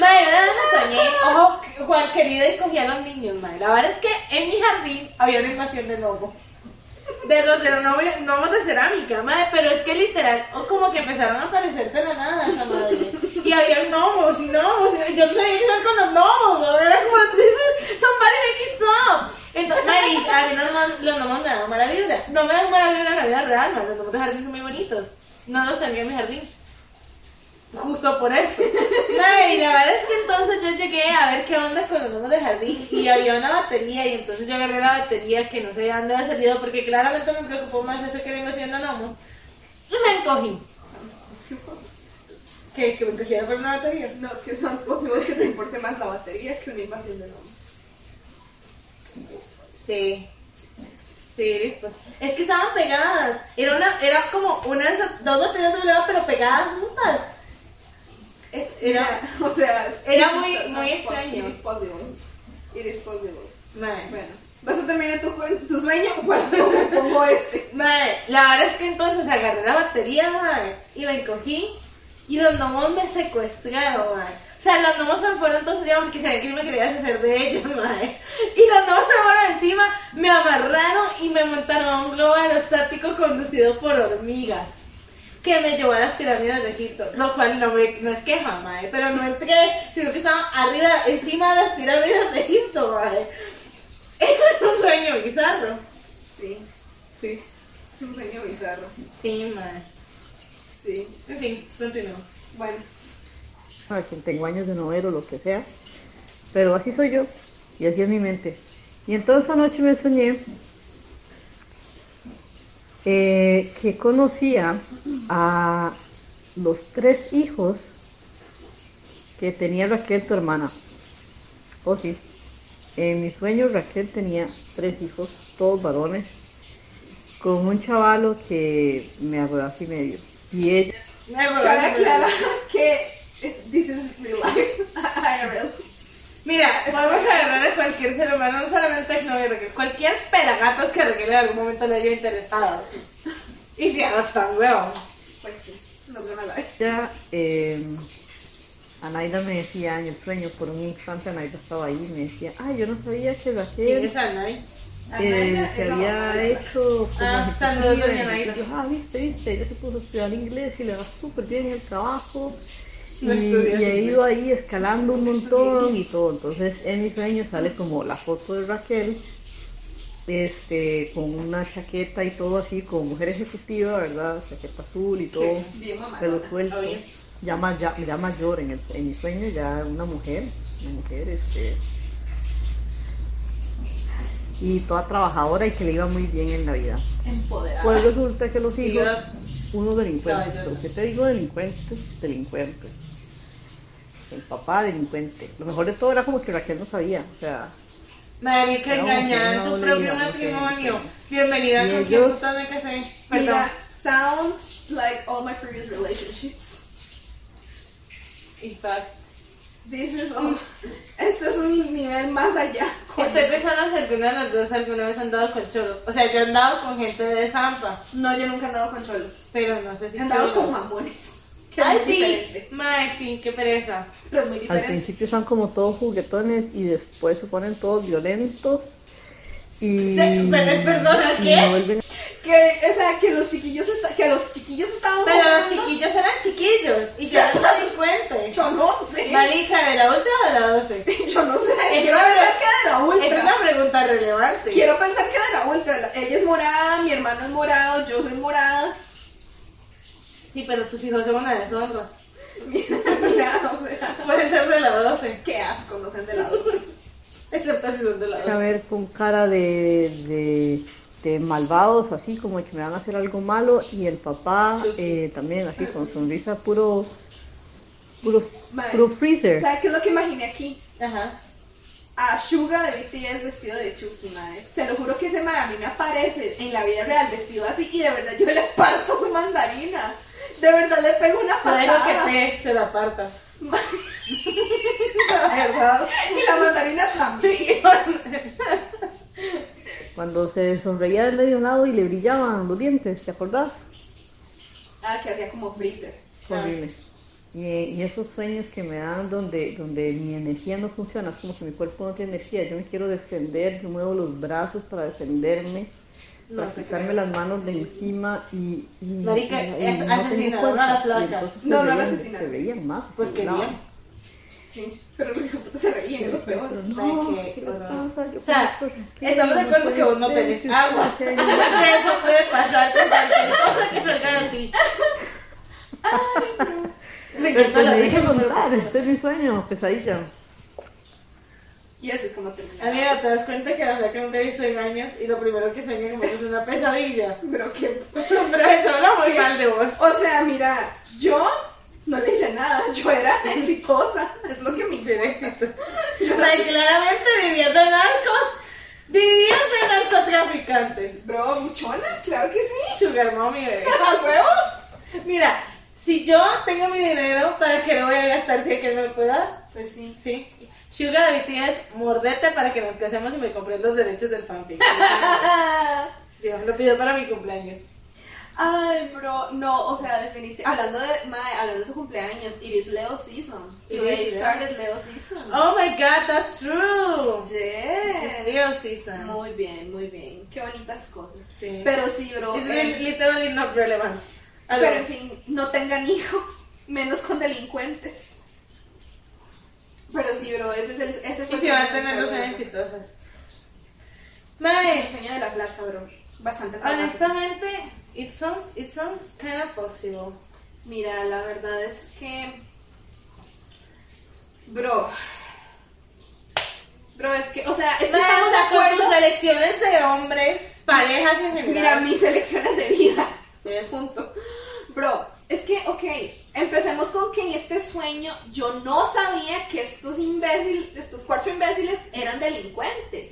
Speaker 1: Madre, una vez me soñé. Ojo, Juan querido y cogí a los niños, madre. La verdad es que en mi jardín había una invasión de lobos. De los de los novi- gnomos de cerámica, madre. Pero es que literal, oh, como que empezaron a aparecer de la nada, esa madre. Y había gnomos y gnomos. y Yo no sabía qué hacer con los gnomos, madre. Era como, son varios X up. Entonces, madre, y a mí no, no- los gnomos me dan mala vibra. No me dan mala vibra en la vida real, madre. Los gnomos de jardín son muy bonitos. No los tenía en mi jardín. Justo por eso. No, y la verdad es que entonces yo llegué a ver qué onda con los gnomos de jardín y había una batería y entonces yo agarré la batería que no sé de dónde había salido porque claramente me preocupó más eso que vengo haciendo gnomos y me encogí. ¿Qué? ¿Que me encogiera por una batería?
Speaker 2: No, que son posible que te importe más la batería que una invasión de gnomos.
Speaker 1: Sí. Sí, después. Es que estaban pegadas. Era una, era como una de esas, dos baterías de lado, pero pegadas juntas. Es- era.
Speaker 2: Mira, o sea,
Speaker 1: era muy-
Speaker 2: sounds
Speaker 1: muy
Speaker 2: pos-
Speaker 1: extraño.
Speaker 2: It is possible. It is possible.
Speaker 1: Mae.
Speaker 2: Bueno, ¿vas a terminar tu, cuen- tu sueño? Bueno, pongo- pongo este.
Speaker 1: Mae, la verdad es que entonces agarré la batería, mae, y me encogí, y los gnomos me secuestraron, mae. O sea, los gnomos se me fueron entonces ya porque sabía que me quería hacer de ellos, mae. Y los gnomos se me fueron encima, me amarraron y me montaron a un globo aerostático conducido por hormigas. Que me llevó a las pirámides de Egipto, lo cual no, me, no es queja, mae, pero no entré, sino que estaba arriba, encima de las pirámides de Egipto, mae. Era un sueño bizarro.
Speaker 2: Sí,
Speaker 1: Sí.
Speaker 2: es un sueño bizarro.
Speaker 1: Sí, mae.
Speaker 2: Sí.
Speaker 1: En fin, continúo.
Speaker 2: Bueno,
Speaker 3: a quien tengo años de no ver o lo que sea, pero así soy yo y así es mi mente. Y entonces anoche me soñé eh, que conocía a los tres hijos que tenía Raquel, tu hermana. Oh, sí. En mi sueño Raquel tenía tres hijos, todos varones, con un chavalo que me agarró así medio. Y ella
Speaker 1: Me voy
Speaker 2: cabe
Speaker 1: a
Speaker 2: aclarar que eh, this is real life. IRL.
Speaker 1: Mira, vamos a agarrar a cualquier ser humano, no solamente a Xenobi Raquel, cualquier pelagatos que Raquel en algún momento le haya interesado. Y se tan weón.
Speaker 2: Pues sí, no me la ve.
Speaker 3: Ya, eh, Anaida me decía en el sueño, por un instante Anaida estaba ahí y me decía, ay, yo no sabía que la
Speaker 1: ¿Quién
Speaker 3: gente
Speaker 1: es Anay?
Speaker 3: eh, se había hecho como
Speaker 1: Ah,
Speaker 3: ejecutiva
Speaker 1: saludos, doña
Speaker 3: en el
Speaker 1: Anaida.
Speaker 3: colegio. Ah, viste, viste, ella se puso a estudiar inglés y le va súper bien en el trabajo. Y,
Speaker 1: No estudias
Speaker 3: y he
Speaker 1: inglés.
Speaker 3: ido ahí escalando un montón y todo. Entonces en mi sueño sale como la foto de Raquel, este, con una chaqueta y todo así, como mujer ejecutiva, ¿verdad? Chaqueta azul y todo
Speaker 2: Bien mamá.
Speaker 3: pelo suelto.
Speaker 1: Obvio.
Speaker 3: Ya, ma- ya, ya mayor, en, el, en mi sueño, ya una mujer, una mujer, este. Y toda trabajadora y que le iba muy bien en la vida.
Speaker 2: Empoderada.
Speaker 3: Pues resulta que los hijos,
Speaker 1: Iba-
Speaker 3: unos delincuentes,
Speaker 1: No, yo-
Speaker 3: ¿por qué te digo delincuentes? Delincuentes. El papá delincuente. Lo mejor de todo era como que Raquel no sabía, o sea.
Speaker 1: Marica,
Speaker 3: No,
Speaker 1: engañada en
Speaker 3: no,
Speaker 1: tu
Speaker 3: no,
Speaker 1: propio
Speaker 3: no, no,
Speaker 1: matrimonio.
Speaker 3: no, no.
Speaker 1: Bienvenida
Speaker 3: Y
Speaker 1: con quien
Speaker 3: ellos-
Speaker 1: puta me casé. Perdón.
Speaker 2: Mira, sounds like all my previous relationships.
Speaker 1: Y paz.
Speaker 2: This is
Speaker 1: Mm.
Speaker 2: all. Este es un nivel más allá.
Speaker 1: Estoy pensando si alguna de las dos alguna vez han dado con choros. O sea, yo he andado con gente de Zampa,
Speaker 2: No, yo nunca he andado con cholos.
Speaker 1: pero no sé si.
Speaker 2: He andado
Speaker 1: choros.
Speaker 2: con mamones. Que es
Speaker 1: Ay,
Speaker 2: muy
Speaker 1: sí.
Speaker 2: diferente.
Speaker 1: Mae, sí, qué pereza.
Speaker 2: Pero es muy
Speaker 3: Al
Speaker 2: diferente.
Speaker 3: principio son como todos juguetones y después se ponen todos violentos. Y.
Speaker 1: Pe- pe- perdona,
Speaker 3: y
Speaker 1: ¿qué?
Speaker 3: no vuelven
Speaker 2: Que, o sea, que los chiquillos, esta- que los chiquillos estaban
Speaker 1: Pero los
Speaker 2: jugando
Speaker 1: chiquillos eran chiquillos y yo era un delincuente.
Speaker 2: Yo no sé.
Speaker 1: Marica, ¿de la última o de la doce?
Speaker 2: Yo no sé.
Speaker 1: Es
Speaker 2: Quiero
Speaker 1: una-
Speaker 2: pensar que de la ultra.
Speaker 1: Es una pregunta relevante.
Speaker 2: Quiero pensar que de la ultra. La- Ella es morada, mi hermano es morado, yo soy morada.
Speaker 1: Sí, pero tus hijos son una de las otras.
Speaker 2: Mira, mira, o sea,
Speaker 1: Pueden ser de la doce,
Speaker 2: qué asco, no sean de la ultra.
Speaker 1: excepto si son de la
Speaker 3: a
Speaker 1: doce.
Speaker 3: ver con cara de, de, de malvados, así como que me van a hacer algo malo, y el papá eh, también así con sonrisa puro, puro,
Speaker 2: Mae.
Speaker 3: puro freezer.
Speaker 2: ¿Sabes qué es lo que imaginé aquí?
Speaker 1: Ajá.
Speaker 2: A Suga de BTS vestido de Chucky, madre. Se lo juro que ese madre a mí me aparece en la vida real vestido así y de verdad yo le parto su mandarina. De verdad le pego una
Speaker 1: Todo lo que
Speaker 2: patada.
Speaker 1: sé, se lo aparta.
Speaker 2: Ma-
Speaker 1: ¿Verdad?
Speaker 2: y la mandarina también.
Speaker 3: Cuando se sonreía del medio lado y le brillaban los dientes, ¿te acordás?
Speaker 2: Ah, que hacía como freezer.
Speaker 3: Horrible. Y, y esos sueños que me dan donde, donde mi energía no funciona, es como que mi cuerpo no tiene energía, yo me quiero defender, yo muevo los brazos para defenderme,
Speaker 1: No
Speaker 3: para
Speaker 1: te
Speaker 3: quitarme
Speaker 1: creo.
Speaker 3: las manos de encima y... y
Speaker 1: Marica,
Speaker 3: y- y
Speaker 1: es
Speaker 3: tengo
Speaker 1: asesinato,
Speaker 3: fuerza.
Speaker 1: no las
Speaker 3: Y
Speaker 1: placas.
Speaker 2: No,
Speaker 3: entonces se
Speaker 2: no las
Speaker 3: veían-
Speaker 2: asesinato.
Speaker 3: Se veían más.
Speaker 1: Pues
Speaker 3: se
Speaker 1: querían.
Speaker 3: burlaban.
Speaker 2: Sí, pero los hijos se reían, es lo peor.
Speaker 3: Pero no,
Speaker 1: Ay, qué
Speaker 3: ¿qué les
Speaker 1: horror.
Speaker 3: pasa? Yo
Speaker 1: O sea,
Speaker 3: conozco gente,
Speaker 1: estamos de acuerdo
Speaker 3: puede
Speaker 1: que vos no
Speaker 3: ser,
Speaker 1: tenés
Speaker 3: que
Speaker 1: agua.
Speaker 3: ustedes
Speaker 1: Eso
Speaker 3: tienen-
Speaker 1: puede pasar con cualquier cosa que salga de ti. Ay, no. Me
Speaker 3: Pero
Speaker 1: encanta
Speaker 3: te
Speaker 1: la
Speaker 3: me dije
Speaker 1: risa,
Speaker 3: contar,
Speaker 1: pero-
Speaker 3: este es mi sueño, pesadilla.
Speaker 2: Y así es como terminaba.
Speaker 1: Amiga, te das cuenta que la verdad que nunca he visto en años y lo primero que sueño como que es una pesadilla.
Speaker 2: Pero que.
Speaker 1: Pero eso habla muy mal de vos.
Speaker 2: O sea, mira, yo no le hice nada, yo era exitosa, es lo que me interesa.
Speaker 1: Ay, claramente vivías de narcos, vivías de narcotraficantes.
Speaker 2: Bro, muchona, claro que sí.
Speaker 1: Sugar mommy, bebé.
Speaker 2: ¿A huevo?
Speaker 1: Mira, si yo tengo mi dinero, ¿para que no voy a gastar si que me lo pueda? dar?
Speaker 2: Pues sí.
Speaker 1: Sí. Sugar Daddy es mordete para que nos casemos y me compres los derechos del fanfic. Yo lo pido para mi cumpleaños.
Speaker 2: Ay, bro, no, o sea, definitivamente. Hablando de, mae, hablando de tu cumpleaños, it is Leo season.
Speaker 1: It
Speaker 2: Today
Speaker 1: is Leo.
Speaker 2: started Leo season.
Speaker 1: Oh my god, that's true. It's
Speaker 2: yeah.
Speaker 1: Leo season.
Speaker 2: Muy bien, muy bien. Qué bonitas cosas.
Speaker 1: Sí.
Speaker 2: Pero sí, bro.
Speaker 1: It's
Speaker 2: eh,
Speaker 1: really- literally not relevant. Algo.
Speaker 2: pero en fin, no tengan hijos, menos con delincuentes. Pero sí, bro, ese es el. Ese
Speaker 1: Y
Speaker 2: fue el
Speaker 1: se van a
Speaker 2: sueño
Speaker 1: tener
Speaker 2: de mi
Speaker 1: los años
Speaker 2: abuelo.
Speaker 1: exitosas.
Speaker 2: El
Speaker 1: Mae,
Speaker 2: sueño de la plaza, bro. Bastante traumático.
Speaker 1: honestamente, it sounds, it sounds kind of possible.
Speaker 2: Mira, la verdad es que. Bro. Bro, es que, o sea, es que
Speaker 1: Mae,
Speaker 2: estamos
Speaker 1: o
Speaker 2: de
Speaker 1: sea, con
Speaker 2: acuerdo.
Speaker 1: tus elecciones de hombres, parejas en general.
Speaker 2: Mira, mis elecciones de vida.
Speaker 1: Yes.
Speaker 2: Punto. Bro, es que, ok, empecemos con que en este sueño yo no sabía que estos imbéciles, estos cuatro imbéciles eran delincuentes.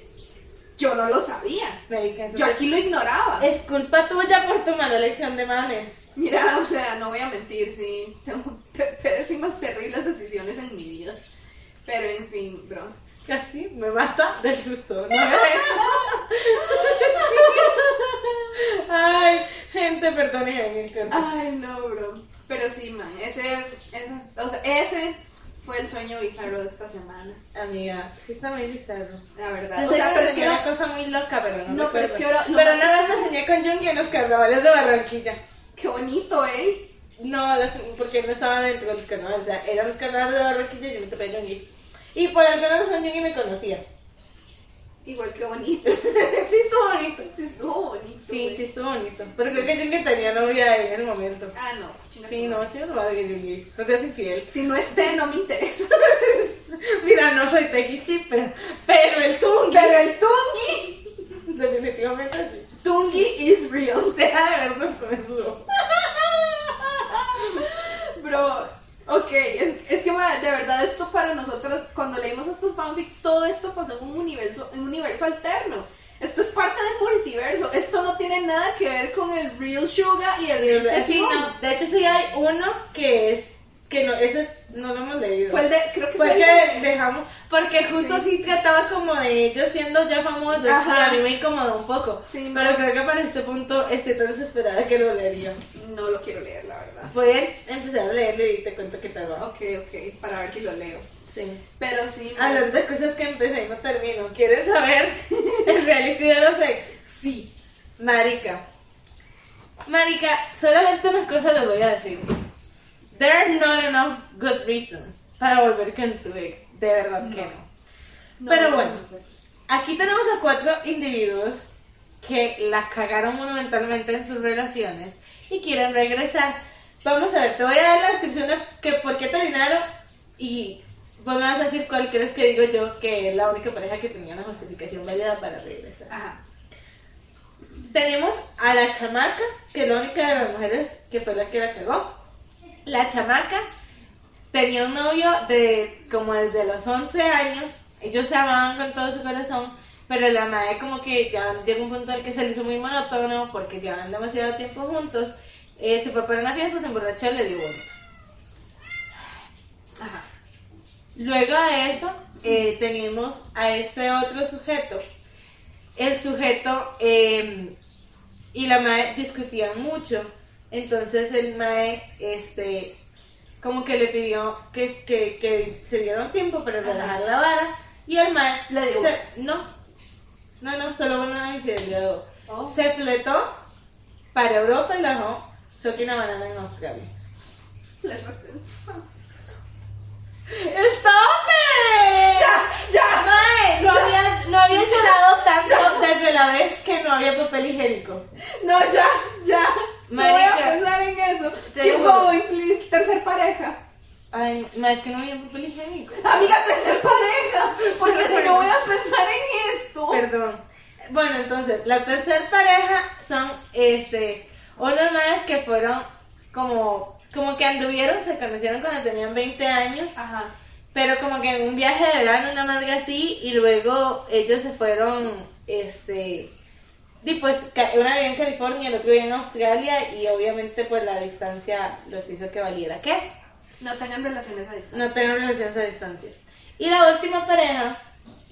Speaker 2: Yo no lo sabía.
Speaker 1: Marica, eso
Speaker 2: Yo
Speaker 1: te-
Speaker 2: aquí lo ignoraba.
Speaker 1: Es culpa tuya por tu mala elección de manes.
Speaker 2: Mira, o sea, no voy a mentir, sí. Tengo te- pésimas, terribles decisiones en mi vida. Pero en fin, bro.
Speaker 1: Casi me mata del susto. ¿no? Ay, gente, perdonen, me encanta.
Speaker 2: Ay, no, bro. Pero sí, man, ese, ese, o sea, ese fue el sueño bizarro de esta semana.
Speaker 1: Amiga, sí está muy bizarro.
Speaker 2: La verdad.
Speaker 1: Yo
Speaker 2: O
Speaker 1: sé
Speaker 2: sea,
Speaker 1: que
Speaker 2: pero
Speaker 1: me
Speaker 2: es que
Speaker 1: soñé una cosa muy loca, pero no
Speaker 2: No, pero es que ahora- lo
Speaker 1: Pero
Speaker 2: más
Speaker 1: una vez me soñé con Jungi en los carnavales de Barranquilla.
Speaker 2: qué bonito, ¿eh?
Speaker 1: No, las- porque no estaba dentro de los carnavales. O sea, eran los carnavales de Barranquilla y yo me topé a Jungi. Y por alguna razón Jungi me conocía.
Speaker 2: Igual que bonito.
Speaker 1: sí, estuvo bonito.
Speaker 2: Sí, Estuvo bonito.
Speaker 1: Sí,
Speaker 2: güey.
Speaker 1: sí, estuvo bonito. Pero creo que Jungi tenía novia en el momento.
Speaker 2: Ah, no. chinga
Speaker 1: Sí,
Speaker 2: tu
Speaker 1: no,
Speaker 2: madre.
Speaker 1: chido lo va a Jungi. No te haces fiel.
Speaker 2: Si no esté, no me interesa.
Speaker 1: Mira, no soy Tequichi, pero, pero el Tungi.
Speaker 2: Pero el Tungi,
Speaker 1: Definitivamente sí.
Speaker 2: Tungi is real.
Speaker 1: Deja de vernos con eso.
Speaker 2: Bro, ok, es, es que ma, de verdad esto para nosotras, cuando leímos estos fanfics, todo esto pasó en un universo, en un universo alterno. Esto es parte del multiverso. Esto no tiene nada que ver con el real Suga y el real
Speaker 1: Sí,
Speaker 2: Teflon.
Speaker 1: no. De hecho, sí hay uno que es. Que no, ese no lo hemos leído.
Speaker 2: Fue el de, creo que
Speaker 1: Fue
Speaker 2: fue
Speaker 1: el
Speaker 2: el
Speaker 1: que
Speaker 2: de-
Speaker 1: dejamos. Porque justo sí. trataba como de ellos siendo ya famosos.
Speaker 2: Ajá.
Speaker 1: Y a mí me incomodó un poco.
Speaker 2: Sí,
Speaker 1: pero
Speaker 2: no.
Speaker 1: creo que para este punto estoy tan desesperada que lo leería.
Speaker 2: No lo quiero leer, la verdad.
Speaker 1: Voy a empezar a leerlo y te cuento qué tal va.
Speaker 2: Ok, ok, para ver si lo leo. Ah,
Speaker 1: Sí.
Speaker 2: Pero sí, ma,
Speaker 1: Hablando de cosas que empecé y no termino, ¿quieres saber el reality de los ex?
Speaker 2: sí.
Speaker 1: Marica. Marica, solamente una cosa les voy a decir. There are not enough good reasons para volver con tu ex. De verdad que no.
Speaker 2: No,
Speaker 1: Pero
Speaker 2: no,
Speaker 1: bueno.
Speaker 2: no sé.
Speaker 1: Aquí tenemos a cuatro individuos que la cagaron monumentalmente en sus relaciones y quieren regresar. Vamos a ver, te voy a dar la descripción de que por qué terminaron y vos me vas a decir cuál crees que digo yo que es la única pareja que tenía una justificación válida para regresar.
Speaker 2: Ajá.
Speaker 1: Tenemos a la chamaca, que es la única de las mujeres que fue la que la cagó. La chamaca tenía un novio de como desde los 11 años. Ellos se amaban con todo su corazón, pero la madre como que ya llegó un punto en el que se le hizo muy monótono porque llevaban demasiado tiempo juntos. Eh, se fue para una fiesta, se emborrachó y le dio vuelta.
Speaker 2: Ajá.
Speaker 1: Luego de eso, eh, tenemos a este otro sujeto. El sujeto eh, y la madre discutían mucho. Entonces el mae, este, como que le pidió que, que, que se dieron tiempo para relajar la vara. Y el mae
Speaker 2: Le dio.
Speaker 1: se- no, no, no, solo una infidelidad.
Speaker 2: Oh.
Speaker 1: Se fletó para Europa y la dejó soque una banana en Australia.
Speaker 2: Flashback.
Speaker 1: ¡Stop it!
Speaker 2: Ya, ya.
Speaker 1: Mae, no había, no había llorado tanto desde la vez que no había papel higiénico.
Speaker 2: No, ya, ya. no voy
Speaker 1: Marica.
Speaker 2: a pensar en eso.
Speaker 1: Te
Speaker 2: Keep
Speaker 1: juro.
Speaker 2: going, please. Tercer pareja.
Speaker 1: Ay, mae, es que no había papel higiénico.
Speaker 2: Amiga, tercer pareja. Porque si
Speaker 1: Perdón.
Speaker 2: no voy a pensar en esto.
Speaker 1: Perdón. Bueno, entonces, la tercera pareja son, este, unos maes que fueron como, como que anduvieron, se conocieron cuando tenían 20 años,
Speaker 2: Ajá.
Speaker 1: pero como que en un viaje de verano, una madre así, y luego ellos se fueron, este, y pues ca- una vivía en California, el otro vivía en Australia, y obviamente pues la distancia los hizo que valiera queso
Speaker 2: No tengan relaciones a distancia.
Speaker 1: no tenemos relaciones a distancia. Y la última pareja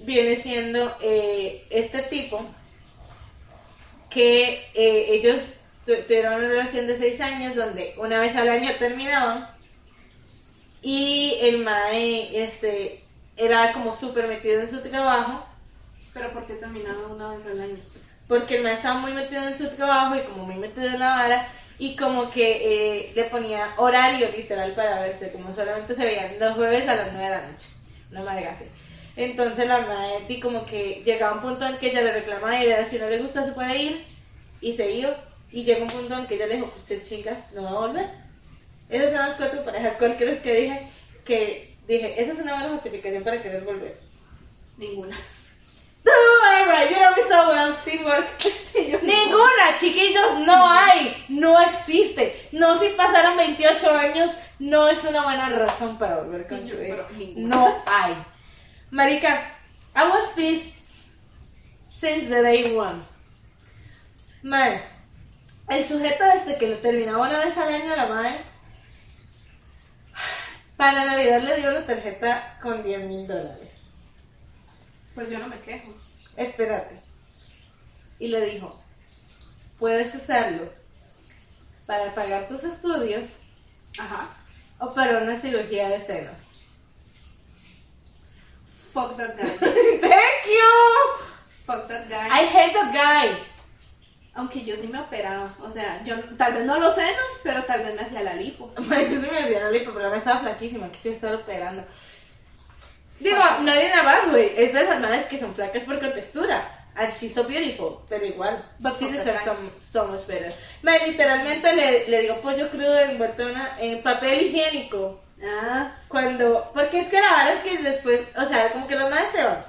Speaker 1: viene siendo eh, este tipo que eh, ellos tu- tuvieron una relación de seis años donde una vez al año terminaban y el mae este, era como súper metido en su trabajo
Speaker 2: Pero ¿por qué terminaron una vez al año?
Speaker 1: porque el maestro estaba muy metido en su trabajo y como muy metido en la vara y como que eh, le ponía horario literal para verse, como solamente se veían los jueves a las 9 de la noche, no madre así. Entonces la madre y como que llegaba un punto en que ella le reclamaba y le decía, si no le gusta se puede ir y se iba y llegó un punto en que ella le dijo, pues sí, chicas, no va a volver. Esas son las cuatro parejas, ¿cuál crees que dije? Que dije, esa es una buena justificación para querer volver.
Speaker 2: Ninguna.
Speaker 1: Alright, you know me so well, teamwork. Ninguna, chiquillos, no hay, no existe. No si pasaron 28 años, no es una buena razón para volver con
Speaker 2: Ni-
Speaker 1: su ex.
Speaker 2: pero ninguna.
Speaker 1: No hay. Marica, I was pissed since the day one. Man, este el sujeto desde que lo terminaba una vez al año la madre, Para Navidad le dio la tarjeta con 10 mil dólares.
Speaker 2: Pues yo no me quejo.
Speaker 1: Espérate. Y le dijo, puedes usarlo para pagar tus estudios
Speaker 2: Ajá.
Speaker 1: o para una cirugía de senos.
Speaker 2: Fuck that guy.
Speaker 1: Thank you.
Speaker 2: Fuck that guy.
Speaker 1: I hate that guy.
Speaker 2: Aunque yo sí me operaba. O sea, yo tal vez no los senos, pero tal vez me hacía la lipo.
Speaker 1: Madre, yo se me olvidó la lipo, pero me estaba flaquísima, quisiera estar operando. Digo, nadie nada más, güey. Es de las madres que son flacas por contextura. And she's so beautiful, pero igual.
Speaker 2: But
Speaker 1: she
Speaker 2: for
Speaker 1: deserves
Speaker 2: the
Speaker 1: some, so much better. Madre, literalmente le, le digo pollo crudo envuelto en una- en papel higiénico.
Speaker 2: Ah,
Speaker 1: Cuando, porque es que la verdad es que después, o sea, como que los más se van,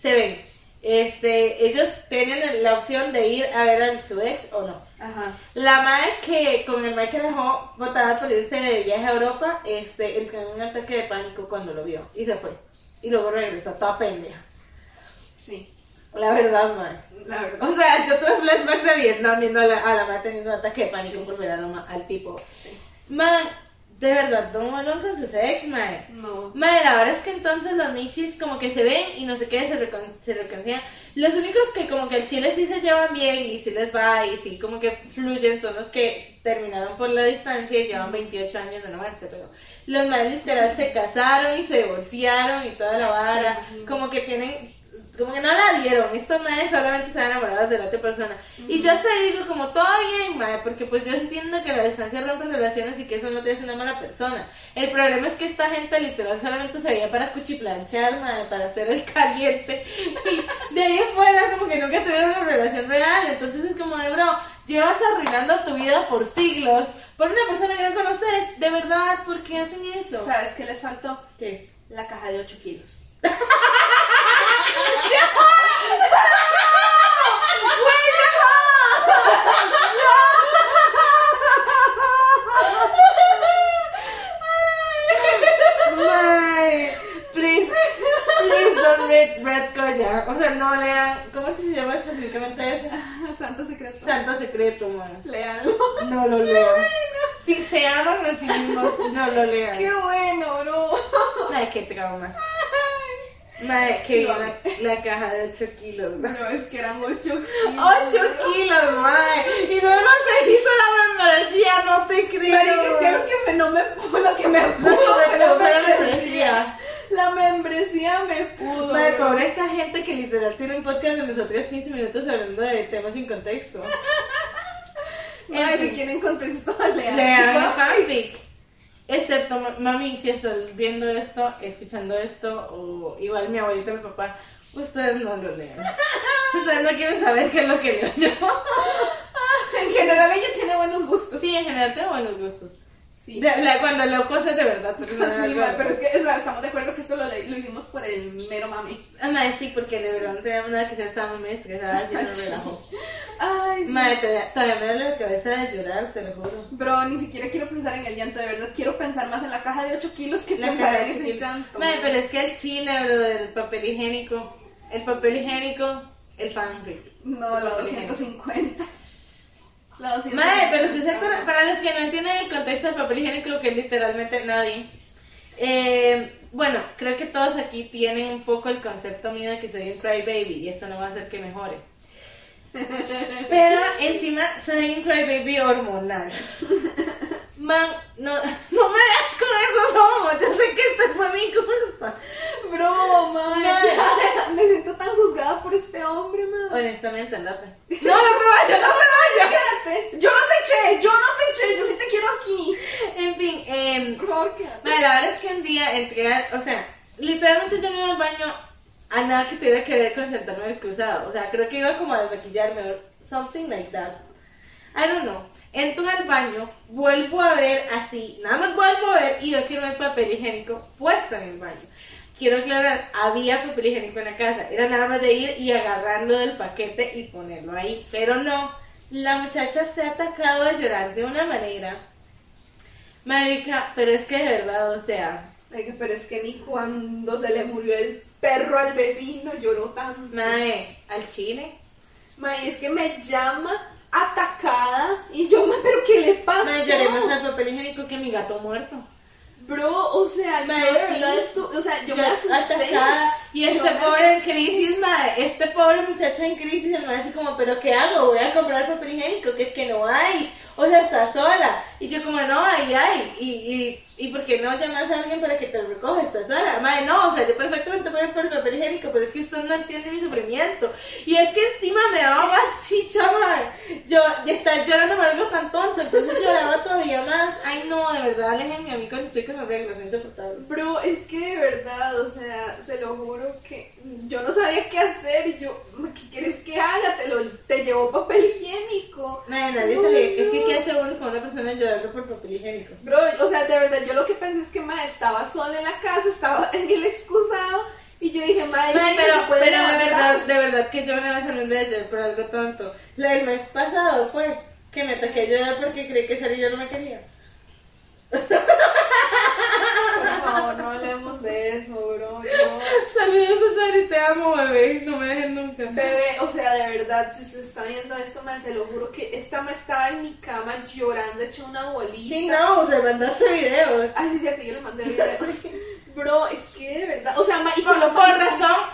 Speaker 1: se ven. Este, ellos tienen la opción de ir a ver a su ex o no.
Speaker 2: ajá.
Speaker 1: La madre que, con el madre que dejó botada por irse de viaje a Europa, este, entró en un ataque de pánico cuando lo vio y se fue. Y luego regresó toda pendeja.
Speaker 2: Sí,
Speaker 1: La verdad, madre.
Speaker 2: la verdad.
Speaker 1: O sea, yo tuve flashbacks de Vietnam viendo a la, a la madre teniendo un ataque de pánico por ver a la ma- al tipo.
Speaker 2: Sí.
Speaker 1: Man, de verdad, don Juan con sus ex, madre.
Speaker 2: No.
Speaker 1: Madre, la verdad es que entonces los michis como que se ven y no sé qué, se, recon- se reconcilian. Los únicos que como que el chile sí se llevan bien y sí les va y sí como que fluyen son los que terminaron por la distancia y llevan 28 años de no verse, pero los madres literal se casaron y se divorciaron y toda la vara, como que tienen, como que no la dieron, estas madres solamente se han enamorado de la otra persona. Y yo hasta ahí digo como todo bien, madre, porque pues yo entiendo que la distancia rompe relaciones y que eso no te hace una mala persona. El problema es que esta gente literal solamente sabía para cuchiplanchar, madre, para hacer el caliente. Y de ahí en fuera como que nunca tuvieron una relación real. Entonces es como de, bro, llevas arruinando tu vida por siglos por una persona que no conoces. De verdad, ¿por qué hacen eso?
Speaker 2: ¿Sabes qué les faltó?
Speaker 1: ¿Qué?
Speaker 2: La caja de 8 kilos.
Speaker 1: Mae, please, please don't read Red Collar. O sea, no lean. ¿Cómo es que se llama específicamente eso?
Speaker 2: Santo secreto.
Speaker 1: Santo secreto, man.
Speaker 2: Leanlo.
Speaker 1: No lo lean. Si se aman a sí mismos, no lo lean.
Speaker 2: Qué bueno, no.
Speaker 1: Mae, qué trauma. Mae, qué
Speaker 2: No.
Speaker 1: la, la caja de 8 kilos.
Speaker 2: No, es que eran 8 kilos.
Speaker 1: 8 kilos, mae. Y luego se hizo la membresía, no te creo.
Speaker 2: Marica, es que lo que me, no me pudo, lo que me pudo,
Speaker 1: No,
Speaker 2: fue
Speaker 1: me
Speaker 2: la
Speaker 1: pudo la
Speaker 2: membresía. La membresía me pudo.
Speaker 1: Madre, pobre esta gente que literal tiene un podcast de nosotros 15 minutos hablando de temas sin contexto.
Speaker 2: Ay,
Speaker 1: En
Speaker 2: si
Speaker 1: fin.
Speaker 2: quieren contexto, lean.
Speaker 1: Lean el fanfic. Excepto, ma- mami, si estás viendo esto, escuchando esto, o igual mi abuelita, mi papá, ustedes no lo lean. Ustedes no quieren saber qué es lo que leo yo.
Speaker 2: En general, ella tiene buenos gustos.
Speaker 1: Sí, en general tengo buenos gustos.
Speaker 2: Sí.
Speaker 1: De- la- cuando leo cosas de verdad, pero
Speaker 2: Sí,
Speaker 1: no de
Speaker 2: ma,
Speaker 1: algo-
Speaker 2: pero es que o sea, estamos de acuerdo que esto lo, le- lo hicimos por el mero mami.
Speaker 1: Ah, madre, sí, porque de verdad no teníamos nada que hacer, estábamos muy estresadas y no
Speaker 2: Sí.
Speaker 1: relajo.
Speaker 2: Ay, sí.
Speaker 1: Madre, todavía, todavía me duele la cabeza de llorar, te lo juro.
Speaker 2: Bro, ni siquiera quiero pensar en el llanto, de verdad. Quiero pensar más en la caja de 8 kilos que
Speaker 1: La
Speaker 2: pensar
Speaker 1: cara
Speaker 2: en
Speaker 1: de
Speaker 2: ese
Speaker 1: chiquito.
Speaker 2: llanto.
Speaker 1: Madre, pero es que el chile, bro, del papel higiénico. El papel higiénico, el fanfic.
Speaker 2: No, la 250. La 250.
Speaker 1: Madre, pero si se acuerdan, para los que no entienden el contexto del papel higiénico, que es literalmente nadie. eh, bueno, creo que todos aquí tienen un poco el concepto mío de que soy un crybaby y esto no va a hacer que mejore. Pero encima soy un crybaby hormonal. Man, no, no me das con esos homos, yo sé que esta fue mi culpa.
Speaker 2: Bro, man,
Speaker 1: Madre.
Speaker 2: ya, me siento tan juzgada por este hombre, man.
Speaker 1: Honestamente, pues. lata.
Speaker 2: No, no te vayas, no te vayas. Quédate. Yo no te eché, yo no te eché, yo sí te quiero aquí.
Speaker 1: En fin, eh,
Speaker 2: Por favor, quédate.
Speaker 1: la verdad es que un día entré, al- o sea, literalmente yo no iba al baño a nada que tuviera que ver con sentarme en el cruzado. O sea, creo que iba como a desmaquillarme or something like that. I don't know. Entro al baño, vuelvo a ver así, nada más vuelvo a ver y yo quiero el papel higiénico puesto en el baño. Quiero aclarar, había papel higiénico en la casa, era nada más de ir y agarrarlo del paquete y ponerlo ahí, pero no, la muchacha se ha atacado a llorar de una manera. Marica, pero es que de verdad, o sea,
Speaker 2: Ay, pero es que ni cuando se le murió el perro al vecino lloró tanto.
Speaker 1: madre, al chile.
Speaker 2: Mae, es que me llama atacada y yo, mae, pero ¿qué le pasa?
Speaker 1: Madre, lloré más al papel higiénico que mi gato muerto.
Speaker 2: Bro, o sea, yo
Speaker 1: Madre,
Speaker 2: de verdad
Speaker 1: sí.
Speaker 2: estu- o sea, yo,
Speaker 1: Yo
Speaker 2: me asusté.
Speaker 1: atacada. Y
Speaker 2: Yo
Speaker 1: este
Speaker 2: me
Speaker 1: pobre en
Speaker 2: asusté.
Speaker 1: crisis, madre, este pobre muchacho en crisis, el madre así como, pero ¿qué hago? Voy a comprar papel higiénico, que es que no hay. O sea, está sola. Y yo como, no, ahí hay. Y, y, y ¿por qué no llamas a alguien para que te lo recoja? Está sola. Madre, no, o sea, yo perfectamente puedo ir por el papel higiénico, pero es que usted no entiende mi sufrimiento. Y es que encima me daba más chicha, madre. Yo, y estar llorando por algo tan tonto, entonces lloraba todavía más. Ay, no, de verdad, aléjenme a mí cuando estoy con mi regla, soy insoportable.
Speaker 2: Bro, es que de verdad, o sea, se lo juro que yo no sabía qué hacer y yo, "Ma, ¿qué quieres que haga? Te, lo, te llevo papel higiénico.
Speaker 1: Madre, nadie
Speaker 2: No,
Speaker 1: sabe.
Speaker 2: no.
Speaker 1: Es que qué hace uno con una persona llorando por papel higiénico.
Speaker 2: Bro, o sea, de verdad, yo lo que pensé es que, ma, estaba sola en la casa, estaba en el excusado y yo dije, ma,
Speaker 1: Madre,
Speaker 2: sí,
Speaker 1: pero,
Speaker 2: se puede
Speaker 1: pero de
Speaker 2: levantar".
Speaker 1: verdad, de verdad que yo una vez en un llorar por algo tonto. La del mes pasado fue que me ataqué a llorar porque creí que Sari yo no me quería.
Speaker 2: Por favor, no hablemos de eso, bro. no.
Speaker 1: Saludos a Sari, te amo, bebé. No me dejes nunca.
Speaker 2: Bebé, o sea, de verdad, si se está viendo esto, ma, se lo juro que esta ma estaba en mi cama llorando, hecha una bolita.
Speaker 1: Sí, no, le mandaste videos.
Speaker 2: Ay, sí, es cierto, yo le mandé el video. Bro, es que de verdad. O sea, ma, y
Speaker 1: Por,
Speaker 2: solo
Speaker 1: por razón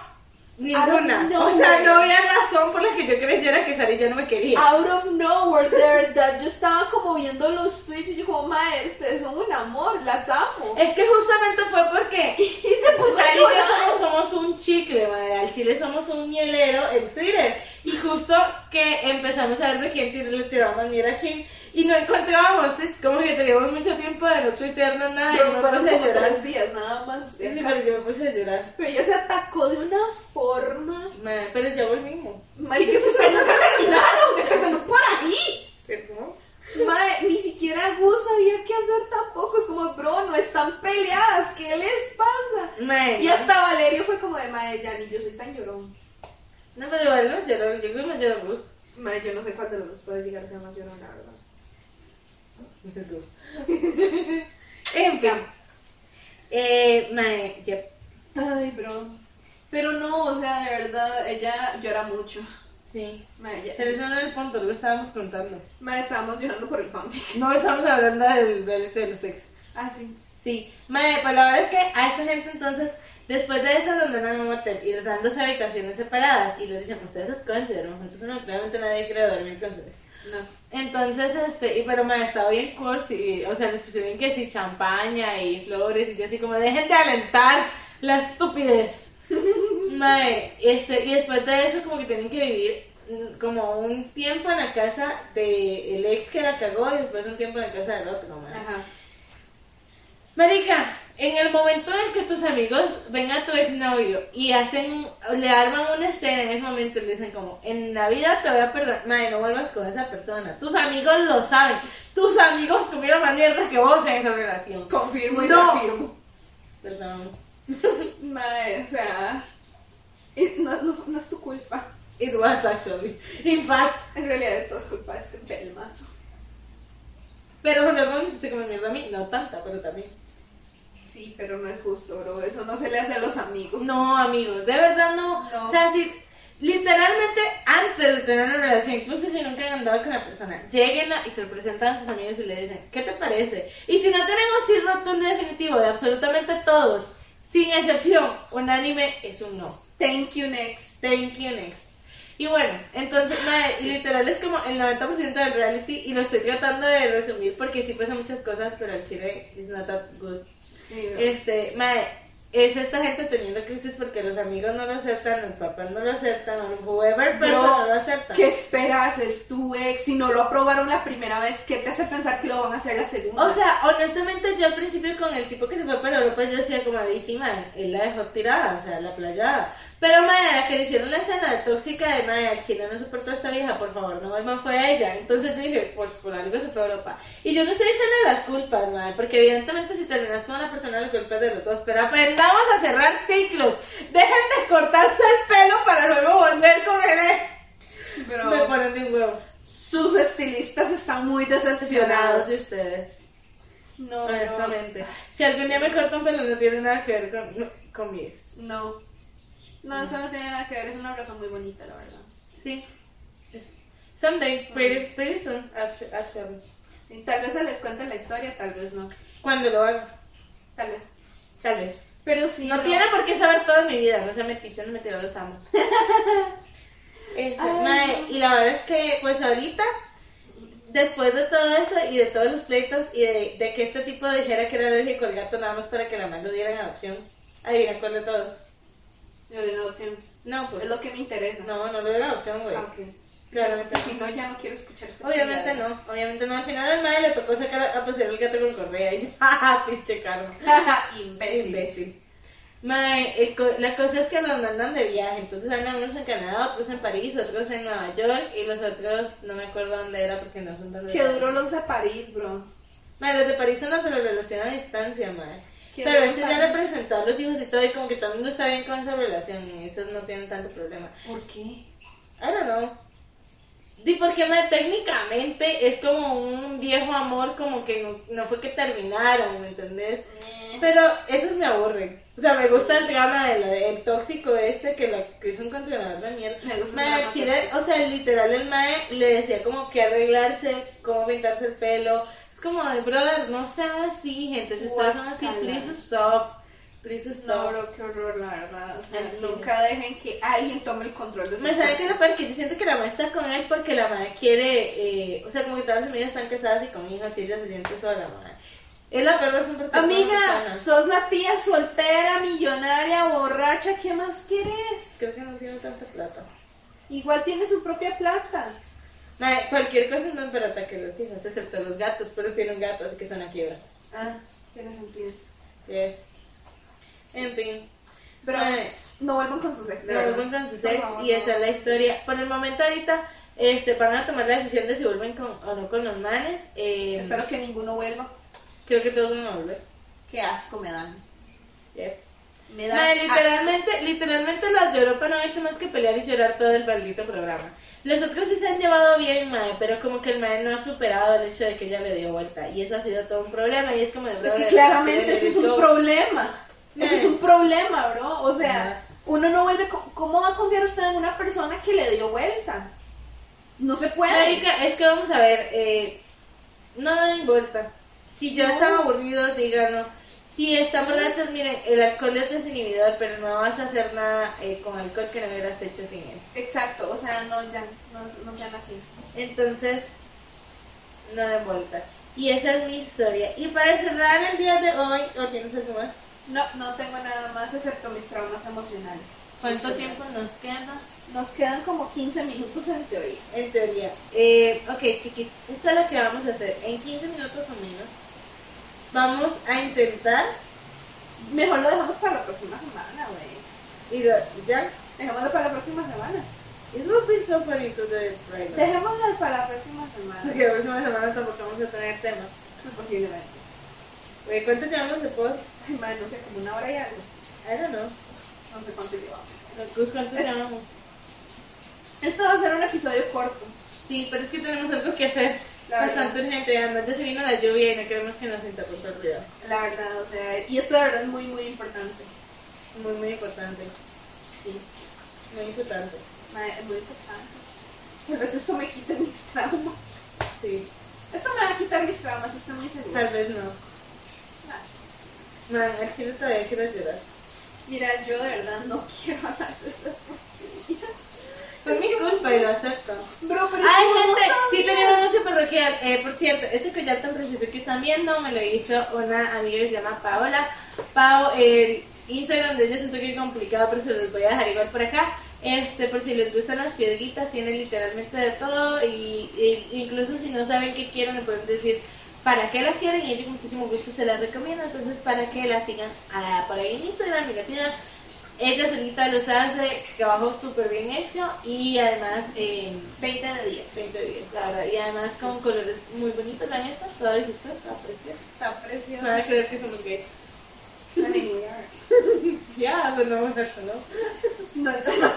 Speaker 2: I
Speaker 1: ninguna.
Speaker 2: don't know,
Speaker 1: o sea,
Speaker 2: bebé.
Speaker 1: Ah, no había razón por la que yo creyera que Sari yo no me quería.
Speaker 2: Out of nowhere, de verdad. Yo estaba como viendo los tweets y yo, como, ma, ustedes son un amor, las amo.
Speaker 1: Es que justamente fue porque
Speaker 2: Y se puso a
Speaker 1: Al chile
Speaker 2: llorar.
Speaker 1: somos, somos un chicle, madre. Al chile somos un mielero en Twitter. Y justo que empezamos a ver de quién tir- le tiramos mira a quién. Y no encontrábamos tweets. Como que teníamos mucho tiempo de no tuitear, no nada.
Speaker 2: Pero
Speaker 1: y no me
Speaker 2: fueron
Speaker 1: puse a
Speaker 2: como
Speaker 1: llorar.
Speaker 2: tres días, nada más.
Speaker 1: Sí, sí, pero yo me puse a llorar.
Speaker 2: Pero ella se atacó de una forma.
Speaker 1: Madre, pero ya volvimos.
Speaker 2: Marica, es que ustedes nunca terminaron, empezaron por ahí.
Speaker 1: ¿Cómo?
Speaker 2: Mae, ni siquiera Gus sabía qué hacer tampoco. Es como, bro, no están peleadas, ¿qué les pasa?
Speaker 1: Madre.
Speaker 2: Y hasta Valerio fue como de, mae, ya ni yo soy tan llorón.
Speaker 1: No, pero igual no lloró. Yo creo que me lloró Gus.
Speaker 2: Mae, yo no sé cuál de los dos puede llegar a ser más llorón, la verdad.
Speaker 1: En fin. Eh, madre, ya.
Speaker 2: Ay, bro. Pero no, o sea, de verdad, ella llora mucho.
Speaker 1: Sí.
Speaker 2: Mae,
Speaker 1: Pero
Speaker 2: ella-
Speaker 1: eso no era el punto, lo que estábamos contando.
Speaker 2: mae, estábamos llorando por el fanfic.
Speaker 1: No estamos hablando del reality de los sexos.
Speaker 2: Ah, sí.
Speaker 1: Sí, madre, pues la verdad es que a esta gente entonces, después de eso, los mandan a un hotel y les dan dos habitaciones separadas y les dicen, pues ustedes escogen si duermen juntos o no, claramente nadie quiere dormir con ustedes.
Speaker 2: No.
Speaker 1: Entonces, este, y pero madre, estaba bien cool, sí, o sea, les pusieron que sí, champaña y flores y yo así como, dejen de alentar la estupidez. Mae, este, y después de eso como que tienen que vivir mm, como un tiempo en la casa del ex que la cagó y después un tiempo en la casa del otro, madre.
Speaker 2: Ajá.
Speaker 1: Marica, en el momento en el que tus amigos ven a tu exnovio y hacen, le arman una escena en ese momento y le dicen como, en la vida te voy a perdonar, madre, no vuelvas con esa persona. Tus amigos lo saben. Tus amigos comieron más mierda que vos en esa relación.
Speaker 2: Confirmo y
Speaker 1: No.
Speaker 2: confirmo.
Speaker 1: Perdón.
Speaker 2: Mae, o sea, y no, no, no es tu culpa.
Speaker 1: It was actually. In fact.
Speaker 2: En realidad es todo es culpa de este pelmazo.
Speaker 1: Pero luego me hiciste como mierda a mí. No tanta, pero también.
Speaker 2: Sí, pero no es justo, bro. Eso no se le hace a los amigos.
Speaker 1: No, amigos, de verdad no.
Speaker 2: No.
Speaker 1: O sea, si literalmente antes de tener una relación, incluso si nunca han andado con la persona, lleguen a- y se lo presentan a sus amigos y le dicen, ¿qué te parece? Y si no tienen un sí rotundo y definitivo de absolutamente todos, sin excepción, unánime es un no.
Speaker 2: Thank you, next.
Speaker 1: Thank you, next. Y bueno, entonces, mae, y literal es como el 90% del reality y lo estoy tratando de resumir porque sí pasan muchas cosas, pero al chile is not that good.
Speaker 2: Sí, bro.
Speaker 1: Este, mae, es esta gente teniendo crisis porque los amigos no lo aceptan, los papás no lo aceptan, o whoever
Speaker 2: Bro,
Speaker 1: persona no lo aceptan.
Speaker 2: ¿Qué esperas? Es tu ex. Si no lo aprobaron la primera vez, ¿qué te hace pensar que lo van a hacer la segunda?
Speaker 1: O sea, honestamente yo al principio con el tipo que se fue para Europa yo decía como "Di, sí, mae, él la dejó tirada, o sea, la playada. Pero mae, la que le hicieron la escena de tóxica de mae, al chile no soportó a esta vieja, por favor, no vuelvan fue a ella. Entonces yo dije, por, por algo se fue a Europa. Y yo no estoy echándole las culpas, mae, porque evidentemente si terminas con una persona la culpa es de los dos. Pero aprendamos a cerrar ciclos. Dejen de cortarse el pelo para luego volver con él.
Speaker 2: Bro,
Speaker 1: Me ponen de un huevo.
Speaker 2: sus estilistas están muy
Speaker 1: Decepcionados de
Speaker 2: decepcionados.
Speaker 1: ustedes.
Speaker 2: No, no,
Speaker 1: Honestamente. Si algún día me cortan pelo no tiene nada que ver con, no, con mi ex.
Speaker 2: no. No, eso no tiene nada que ver. Es una razón muy bonita, la verdad.
Speaker 1: Sí. Someday, pretty, pretty soon, after, after.
Speaker 2: Sí, tal vez se les cuente la historia, tal vez no.
Speaker 1: Cuando lo haga.
Speaker 2: Tal vez.
Speaker 1: Tal vez.
Speaker 2: Pero sí.
Speaker 1: No tiene por qué saber toda mi vida, no sea metiche, no metiche, los amo. Este,
Speaker 2: Ay,
Speaker 1: mae, y la verdad es que, pues ahorita, después de todo eso y de todos los pleitos y de, de que este tipo dijera que era alérgico al gato nada más para que la madre lo diera en adopción, adivina cuál de todos.
Speaker 2: Yo doy la opción.
Speaker 1: No,
Speaker 2: Es
Speaker 1: pues.
Speaker 2: lo que me interesa.
Speaker 1: No, no lo dio en adopción, güey.
Speaker 2: Aunque.
Speaker 1: Claramente
Speaker 2: Si no, ya no quiero escuchar esta
Speaker 1: Obviamente
Speaker 2: chingada.
Speaker 1: no, obviamente no. Al final al madre le tocó sacar a a pasear el gato con correa y yo, ¡ah, pinche karma!
Speaker 2: Imbécil.
Speaker 1: Imbécil. Mae, el co- la cosa es que los mandan de viaje, entonces andan unos en Canadá, otros en París, otros en Nueva York y los otros no me acuerdo dónde era porque no son tan
Speaker 2: Qué duro los de París, bro.
Speaker 1: Mae, los de París son los de la relación a distancia, mae.
Speaker 2: Qué
Speaker 1: Pero
Speaker 2: duro
Speaker 1: ese ya
Speaker 2: París.
Speaker 1: le presentó a los hijos y todo y como que todo el mundo está bien con esa relación y esos no tienen tanto problema.
Speaker 2: ¿Por qué?
Speaker 1: I don't know. Di porque mae, técnicamente es como un viejo amor, como que no, no fue que terminaron, ¿me entendés? Pero esos me aburren. O sea, me gusta el drama del el tóxico este que, lo- que es un controlador de mierda.
Speaker 2: Me gusta el
Speaker 1: Mae,
Speaker 2: drama
Speaker 1: Chile, o sea, literal el mae le decía como que arreglarse, cómo pintarse el pelo. Es como de brother, no sean así, gente. Si ustedes son así,
Speaker 2: Guácala.
Speaker 1: please stop. Please
Speaker 2: No,
Speaker 1: stop.
Speaker 2: bro, qué horror, la verdad. O sea,
Speaker 1: Al chile.
Speaker 2: nunca dejen que alguien tome el control de sus
Speaker 1: Ah, Me sabe que lo
Speaker 2: cuerpos.
Speaker 1: peor que yo siento que la mamá está con él porque la mamá quiere, eh, o sea, como que todas las amigas están casadas y con hijos y ella se siente sola, mamá. Es la peor razón por la que estamos
Speaker 2: Amiga,
Speaker 1: sanas.
Speaker 2: sos la tía soltera, millonaria, borracha, ¿qué más quieres?
Speaker 1: creo que no tiene tanta plata.
Speaker 2: Igual tiene su propia plata.
Speaker 1: Mae, cualquier cosa es más barata que los hijos, excepto los gatos, pero tienen gatos, así que son a quiebra.
Speaker 2: Ah, tiene sentido.
Speaker 1: Yeah. En fin.
Speaker 2: Pero
Speaker 1: Mae,
Speaker 2: no vuelvan con sus ex. de
Speaker 1: se
Speaker 2: verdad.
Speaker 1: vuelven con sus
Speaker 2: Por
Speaker 1: ex
Speaker 2: favor,
Speaker 1: y
Speaker 2: no.
Speaker 1: esa es la historia. Por el momento ahorita este, van a tomar la decisión de si vuelven con, o no con los manes. eh,
Speaker 2: Espero que ninguno vuelva.
Speaker 1: Creo que todos van a volver.
Speaker 2: Qué asco me dan.
Speaker 1: Yeah.
Speaker 2: Me
Speaker 1: Mae,
Speaker 2: dan.
Speaker 1: literalmente, literalmente las de Europa no han hecho más que pelear y llorar todo el maldito programa. Los otros sí se han llevado bien, Mae, pero como que el Mae no ha superado el hecho de que ella le dio vuelta. Y eso ha sido todo un problema. Y es como de
Speaker 2: asco. Es
Speaker 1: brother,
Speaker 2: que claramente eso
Speaker 1: ¿qué
Speaker 2: es
Speaker 1: le
Speaker 2: un
Speaker 1: digo?
Speaker 2: problema. Eso
Speaker 1: Mae.
Speaker 2: es un problema, bro. O sea,
Speaker 1: Ajá.
Speaker 2: uno no vuelve. co- ¿Cómo va a confiar usted en una persona que le dio vuelta? No se puede.
Speaker 1: Marica, es que vamos a ver, eh, no den vuelta. Si yo
Speaker 2: No.
Speaker 1: estaba aburrido, díganlo. Si están borrachos, miren, el alcohol es desinhibidor, pero no vas a hacer nada eh, con alcohol que no hubieras hecho sin él.
Speaker 2: Exacto, o sea, no, ya, no, no sean así.
Speaker 1: Entonces, no den vuelta. Y esa es mi historia. Y para cerrar el día de hoy, ¿o tienes algo más?
Speaker 2: No, no tengo nada más excepto mis traumas emocionales.
Speaker 1: ¿Cuánto
Speaker 2: Muchas
Speaker 1: tiempo
Speaker 2: gracias.
Speaker 1: nos queda?
Speaker 2: Nos quedan como 15 minutos en teoría.
Speaker 1: En teoría. Eh, ok, chiquis, esto es lo que vamos a hacer. En 15 minutos o menos, vamos a intentar
Speaker 2: Mejor lo dejamos para la próxima semana, güey.
Speaker 1: Y lo- ya,
Speaker 2: Dejémoslo para la próxima semana.
Speaker 1: it would be so funny to do it right now.
Speaker 2: Dejémoslo para la próxima semana.
Speaker 1: Porque la próxima semana tampoco vamos a tener tema.
Speaker 2: Posiblemente.
Speaker 1: Oye, ¿cuánto llevamos de post?
Speaker 2: Ay, madre, no sé, como una hora y algo.
Speaker 1: I don't know.
Speaker 2: No sé cuánto llevamos.
Speaker 1: No, Cruz, Pues, ¿Cuánto llevamos?
Speaker 2: Este va a ser un episodio corto.
Speaker 1: Sí, pero es que tenemos algo que hacer.
Speaker 2: La verdad.
Speaker 1: Bastante urgente. Además, ya se vino la lluvia y no queremos que nos interrumpa el cuidado.
Speaker 2: La verdad, o sea, y esto la verdad es muy, muy importante.
Speaker 1: Muy, muy importante.
Speaker 2: Sí.
Speaker 1: Muy importante.
Speaker 2: Madre, es muy importante. Tal vez esto me quite mis traumas.
Speaker 1: Sí.
Speaker 2: Esto me va a quitar mis traumas, estoy muy segura. Ah,
Speaker 1: Tal vez no. Man, al chile todavía quiero llorar.
Speaker 2: Mira, yo de verdad no quiero hablar de estas porquerías.
Speaker 1: Fue mi culpa y lo acepto.
Speaker 2: Bro, pero
Speaker 1: Ay,
Speaker 2: es que no
Speaker 1: gente, sí
Speaker 2: sabía.
Speaker 1: tenemos mucho parroquial. Eh, por cierto, este collar tan precioso que están viendo me lo hizo una amiga que se llama Paola. Pao, el Instagram de ella es un toque complicado, pero se los voy a dejar igual por acá. Este, por si les gustan las piedritas, tiene literalmente de todo. Y, y- incluso si no saben qué quieren, me pueden decir para qué las quieren. Y yo con muchísimo gusto se las recomiendo. Entonces, para que las sigan ah, por ahí en Instagram y la pidan. Ella solita los hace, trabajo súper bien hecho. Y además, eh,
Speaker 2: 20 de 10.
Speaker 1: 20 días, la verdad. Y además con colores muy bonitos, la neta. Toda dijiste, está preciosa.
Speaker 2: Está
Speaker 1: No van
Speaker 2: precioso.
Speaker 1: a creer que somos gays. Ya, pero no vamos a hacerlo.
Speaker 2: No, no, nosotros.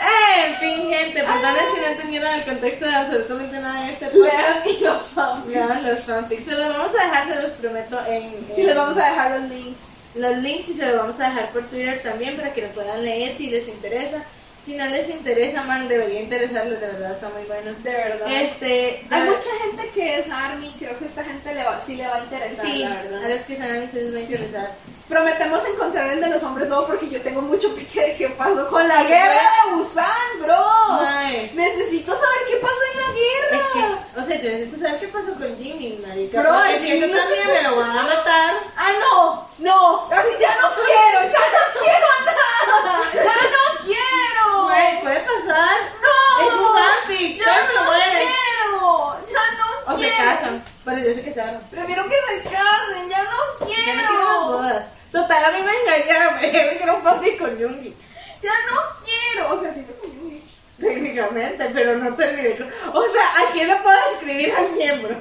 Speaker 1: ¡Eh, En fin, gente, perdonen si no entendieron el contexto de absolutamente nada en este podcast.
Speaker 2: Vean y los vamos.
Speaker 1: Vean los fanfics. Se los vamos a dejar, se los prometo, en...
Speaker 2: Y les vamos a dejar los links.
Speaker 1: los links y se los vamos a dejar por Twitter también para que los puedan leer si les interesa. Si no les interesa, man, debería interesarles, de verdad, está muy bueno.
Speaker 2: De verdad.
Speaker 1: Este, de-
Speaker 2: Hay mucha gente que es Army, creo que esta gente le va- sí le va a interesar,
Speaker 1: Sí,
Speaker 2: la verdad.
Speaker 1: a los que están a les va a interesar.
Speaker 2: Prometemos encontrar el de los hombres lobo porque yo tengo mucho pique de qué pasó con la guerra de Busan,
Speaker 1: Oh.
Speaker 2: bro.
Speaker 1: Mae.
Speaker 2: Necesito saber qué pasó en la
Speaker 1: Ah. Es
Speaker 2: guerra.
Speaker 1: que, o sea, yo necesito saber qué pasó con Jimmy, marica.
Speaker 2: Bro,
Speaker 1: porque
Speaker 2: el
Speaker 1: si esto
Speaker 2: Jimmy no
Speaker 1: también
Speaker 2: se
Speaker 1: me lo van a matar.
Speaker 2: Ah, no, no, así ya no quiero, ya no quiero nada, ya no quiero.
Speaker 1: Güey, puede pasar.
Speaker 2: No.
Speaker 1: Es un fanfic,
Speaker 2: ya
Speaker 1: todos se
Speaker 2: no
Speaker 1: mueren.
Speaker 2: quiero, ya no
Speaker 1: O se
Speaker 2: quiero.
Speaker 1: casan, pero yo sé que se casaron.
Speaker 2: Prefiero que se casen, ya
Speaker 1: Ya
Speaker 2: no
Speaker 1: no quiero más
Speaker 2: quiero.
Speaker 1: bodas. Total, a mí me engañaron, me dijeron que era un fanfic con Jungi.
Speaker 2: Ya no quiero. O sea, sí me confundí.
Speaker 1: Técnicamente, pero no terminé con... O sea, ¿a quién le puedo escribir al miembro?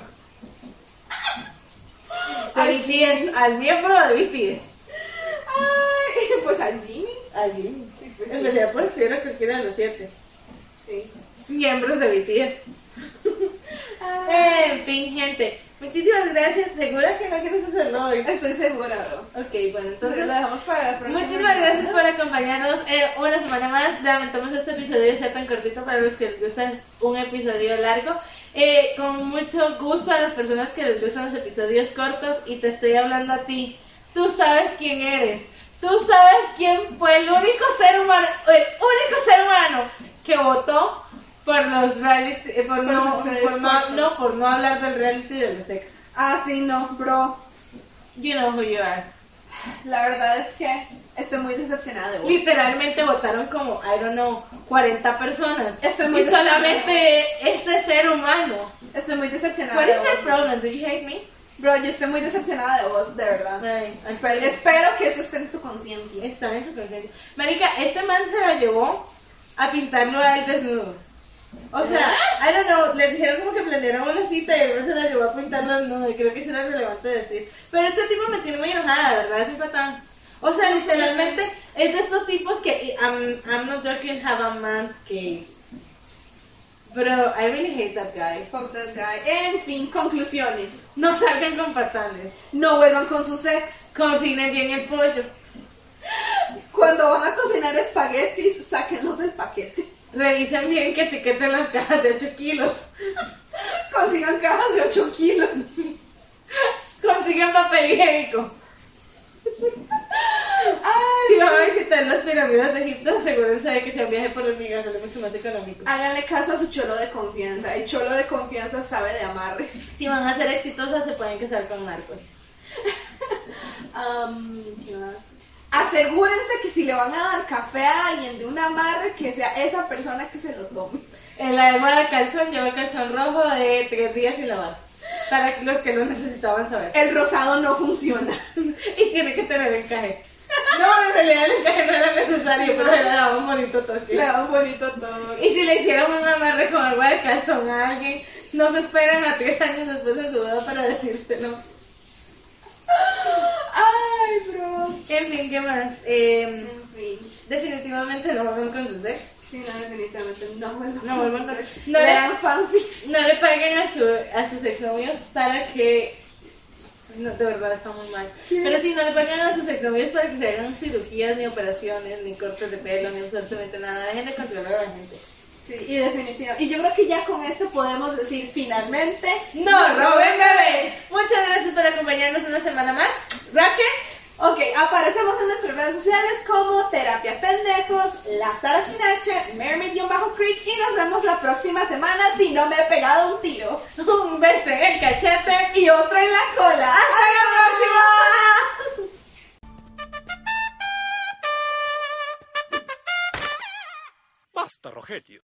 Speaker 2: Al
Speaker 1: Al BTS, al miembro de
Speaker 2: Ay, pues a Jimmy.
Speaker 1: BTS. A Jimmy.
Speaker 2: Sí, pues,
Speaker 1: En
Speaker 2: sí.
Speaker 1: realidad puedo escribir a cualquiera de los siete.
Speaker 2: Sí.
Speaker 1: Miembros de BTS.
Speaker 2: Ah.
Speaker 1: En fin, gente. Muchísimas gracias. ¿Segura que no quieres hacerlo hoy?
Speaker 2: Estoy segura, bro.
Speaker 1: Ok, bueno, entonces...
Speaker 2: Entonces lo dejamos para la próxima.
Speaker 1: Muchísimas gracias por acompañarnos eh, una semana más. Lamentamos este episodio sea tan cortito para los que les gusta un episodio largo. Eh, con mucho gusto a las personas que les gustan los episodios cortos y te estoy hablando a ti. Tú sabes quién eres. Tú sabes quién fue el único ser humano, el único ser humano que votó por los reality, eh, por,
Speaker 2: Por
Speaker 1: no,
Speaker 2: los episodios
Speaker 1: por no,
Speaker 2: cortos.
Speaker 1: no, por no hablar del reality de los ex.
Speaker 2: Ah, sí, no, bro.
Speaker 1: You know who you are.
Speaker 2: La verdad es que estoy muy decepcionada de vos.
Speaker 1: Literalmente votaron como, I don't know, 40 personas.
Speaker 2: Estoy muy
Speaker 1: y solamente este ser humano.
Speaker 2: Estoy muy decepcionada
Speaker 1: What
Speaker 2: de
Speaker 1: is your
Speaker 2: vos.
Speaker 1: problem? Do you hate me?
Speaker 2: Bro, yo estoy muy decepcionada de vos, de verdad.
Speaker 1: Ay, al
Speaker 2: Espero,
Speaker 1: parecer
Speaker 2: espero que eso esté en tu conciencia.
Speaker 1: Está en su conciencia. Marica, este man se la llevó a pintarlo a él desnudo. O sea, I don't know, le dijeron como que planearon una cita y él se la llevó a pintarlo desnudo. Y creo que eso era relevante decir. Pero este tipo me tiene muy enojada, ¿verdad? Es un patán. O sea, literalmente es de estos tipos que I'm, I'm not joking, have a man's cave. Bro, I really hate that guy.
Speaker 2: Fuck that guy. En fin, conclusiones.
Speaker 1: No salgan con patanes.
Speaker 2: No vuelvan con sus ex.
Speaker 1: Consignen bien el pollo.
Speaker 2: Cuando van a cocinar espaguetis, sáquenlos del paquete.
Speaker 1: Revisen bien que etiqueten las cajas de 8 kilos.
Speaker 2: Consigan cajas de 8 kilos.
Speaker 1: Consigan papel higiénico. Si van a visitar las pirámides de Egipto, asegúrense de que sea un viaje por hormigas, sale mucho más económico.
Speaker 2: Háganle caso a su cholo de confianza. El cholo de confianza sabe de amarres.
Speaker 1: Si van a ser exitosas, se pueden casar con Marcos.
Speaker 2: Am, ¿qué más? Asegúrense que si le van a dar café a alguien de un amarre, que sea esa persona que se lo tome.
Speaker 1: En la alma de calzón lleva calzón rojo de tres días sin lavar. Para los que no necesitaban saber.
Speaker 2: El rosado no funciona.
Speaker 1: Y tiene que tener encaje. No, en realidad el encaje no era necesario, pero le daba un bonito
Speaker 2: Le
Speaker 1: toque.
Speaker 2: da un bonito todo.
Speaker 1: Y si le hicieron un amarre con agua de calzón a alguien, no se esperan a tres años después de su boda para decírselo.
Speaker 2: Ay, bro.
Speaker 1: En fin, ¿qué más? Eh,
Speaker 2: En fin.
Speaker 1: definitivamente no vuelvan con sus ex.
Speaker 2: Sí, no, definitivamente no vuelvan.
Speaker 1: No vuelvan con- No
Speaker 2: No
Speaker 1: le-
Speaker 2: eran fanfics.
Speaker 1: No le paguen a, su, a sus exnovios para que... No, de verdad está muy mal. Pero sí, no le paguen a sus exnovios para que se hagan cirugías, ni operaciones, ni cortes de pelo, ni absolutamente nada. Dejen de controlar a la gente.
Speaker 2: Sí, y definitivamente. Y yo creo que ya con esto podemos decir finalmente:
Speaker 1: ¡No roben
Speaker 2: bebés!
Speaker 1: Muchas gracias por acompañarnos una semana más. Raquel.
Speaker 2: Ok, aparecemos en nuestras redes sociales como Terapia Pendejos, La Sara Sinache, Mermaid-Creek y nos vemos la próxima semana si no me he pegado un tiro.
Speaker 1: Un beso en el cachete.
Speaker 2: Y otro en la cola. ¡Hasta la próxima!
Speaker 4: Basta, Rogelio.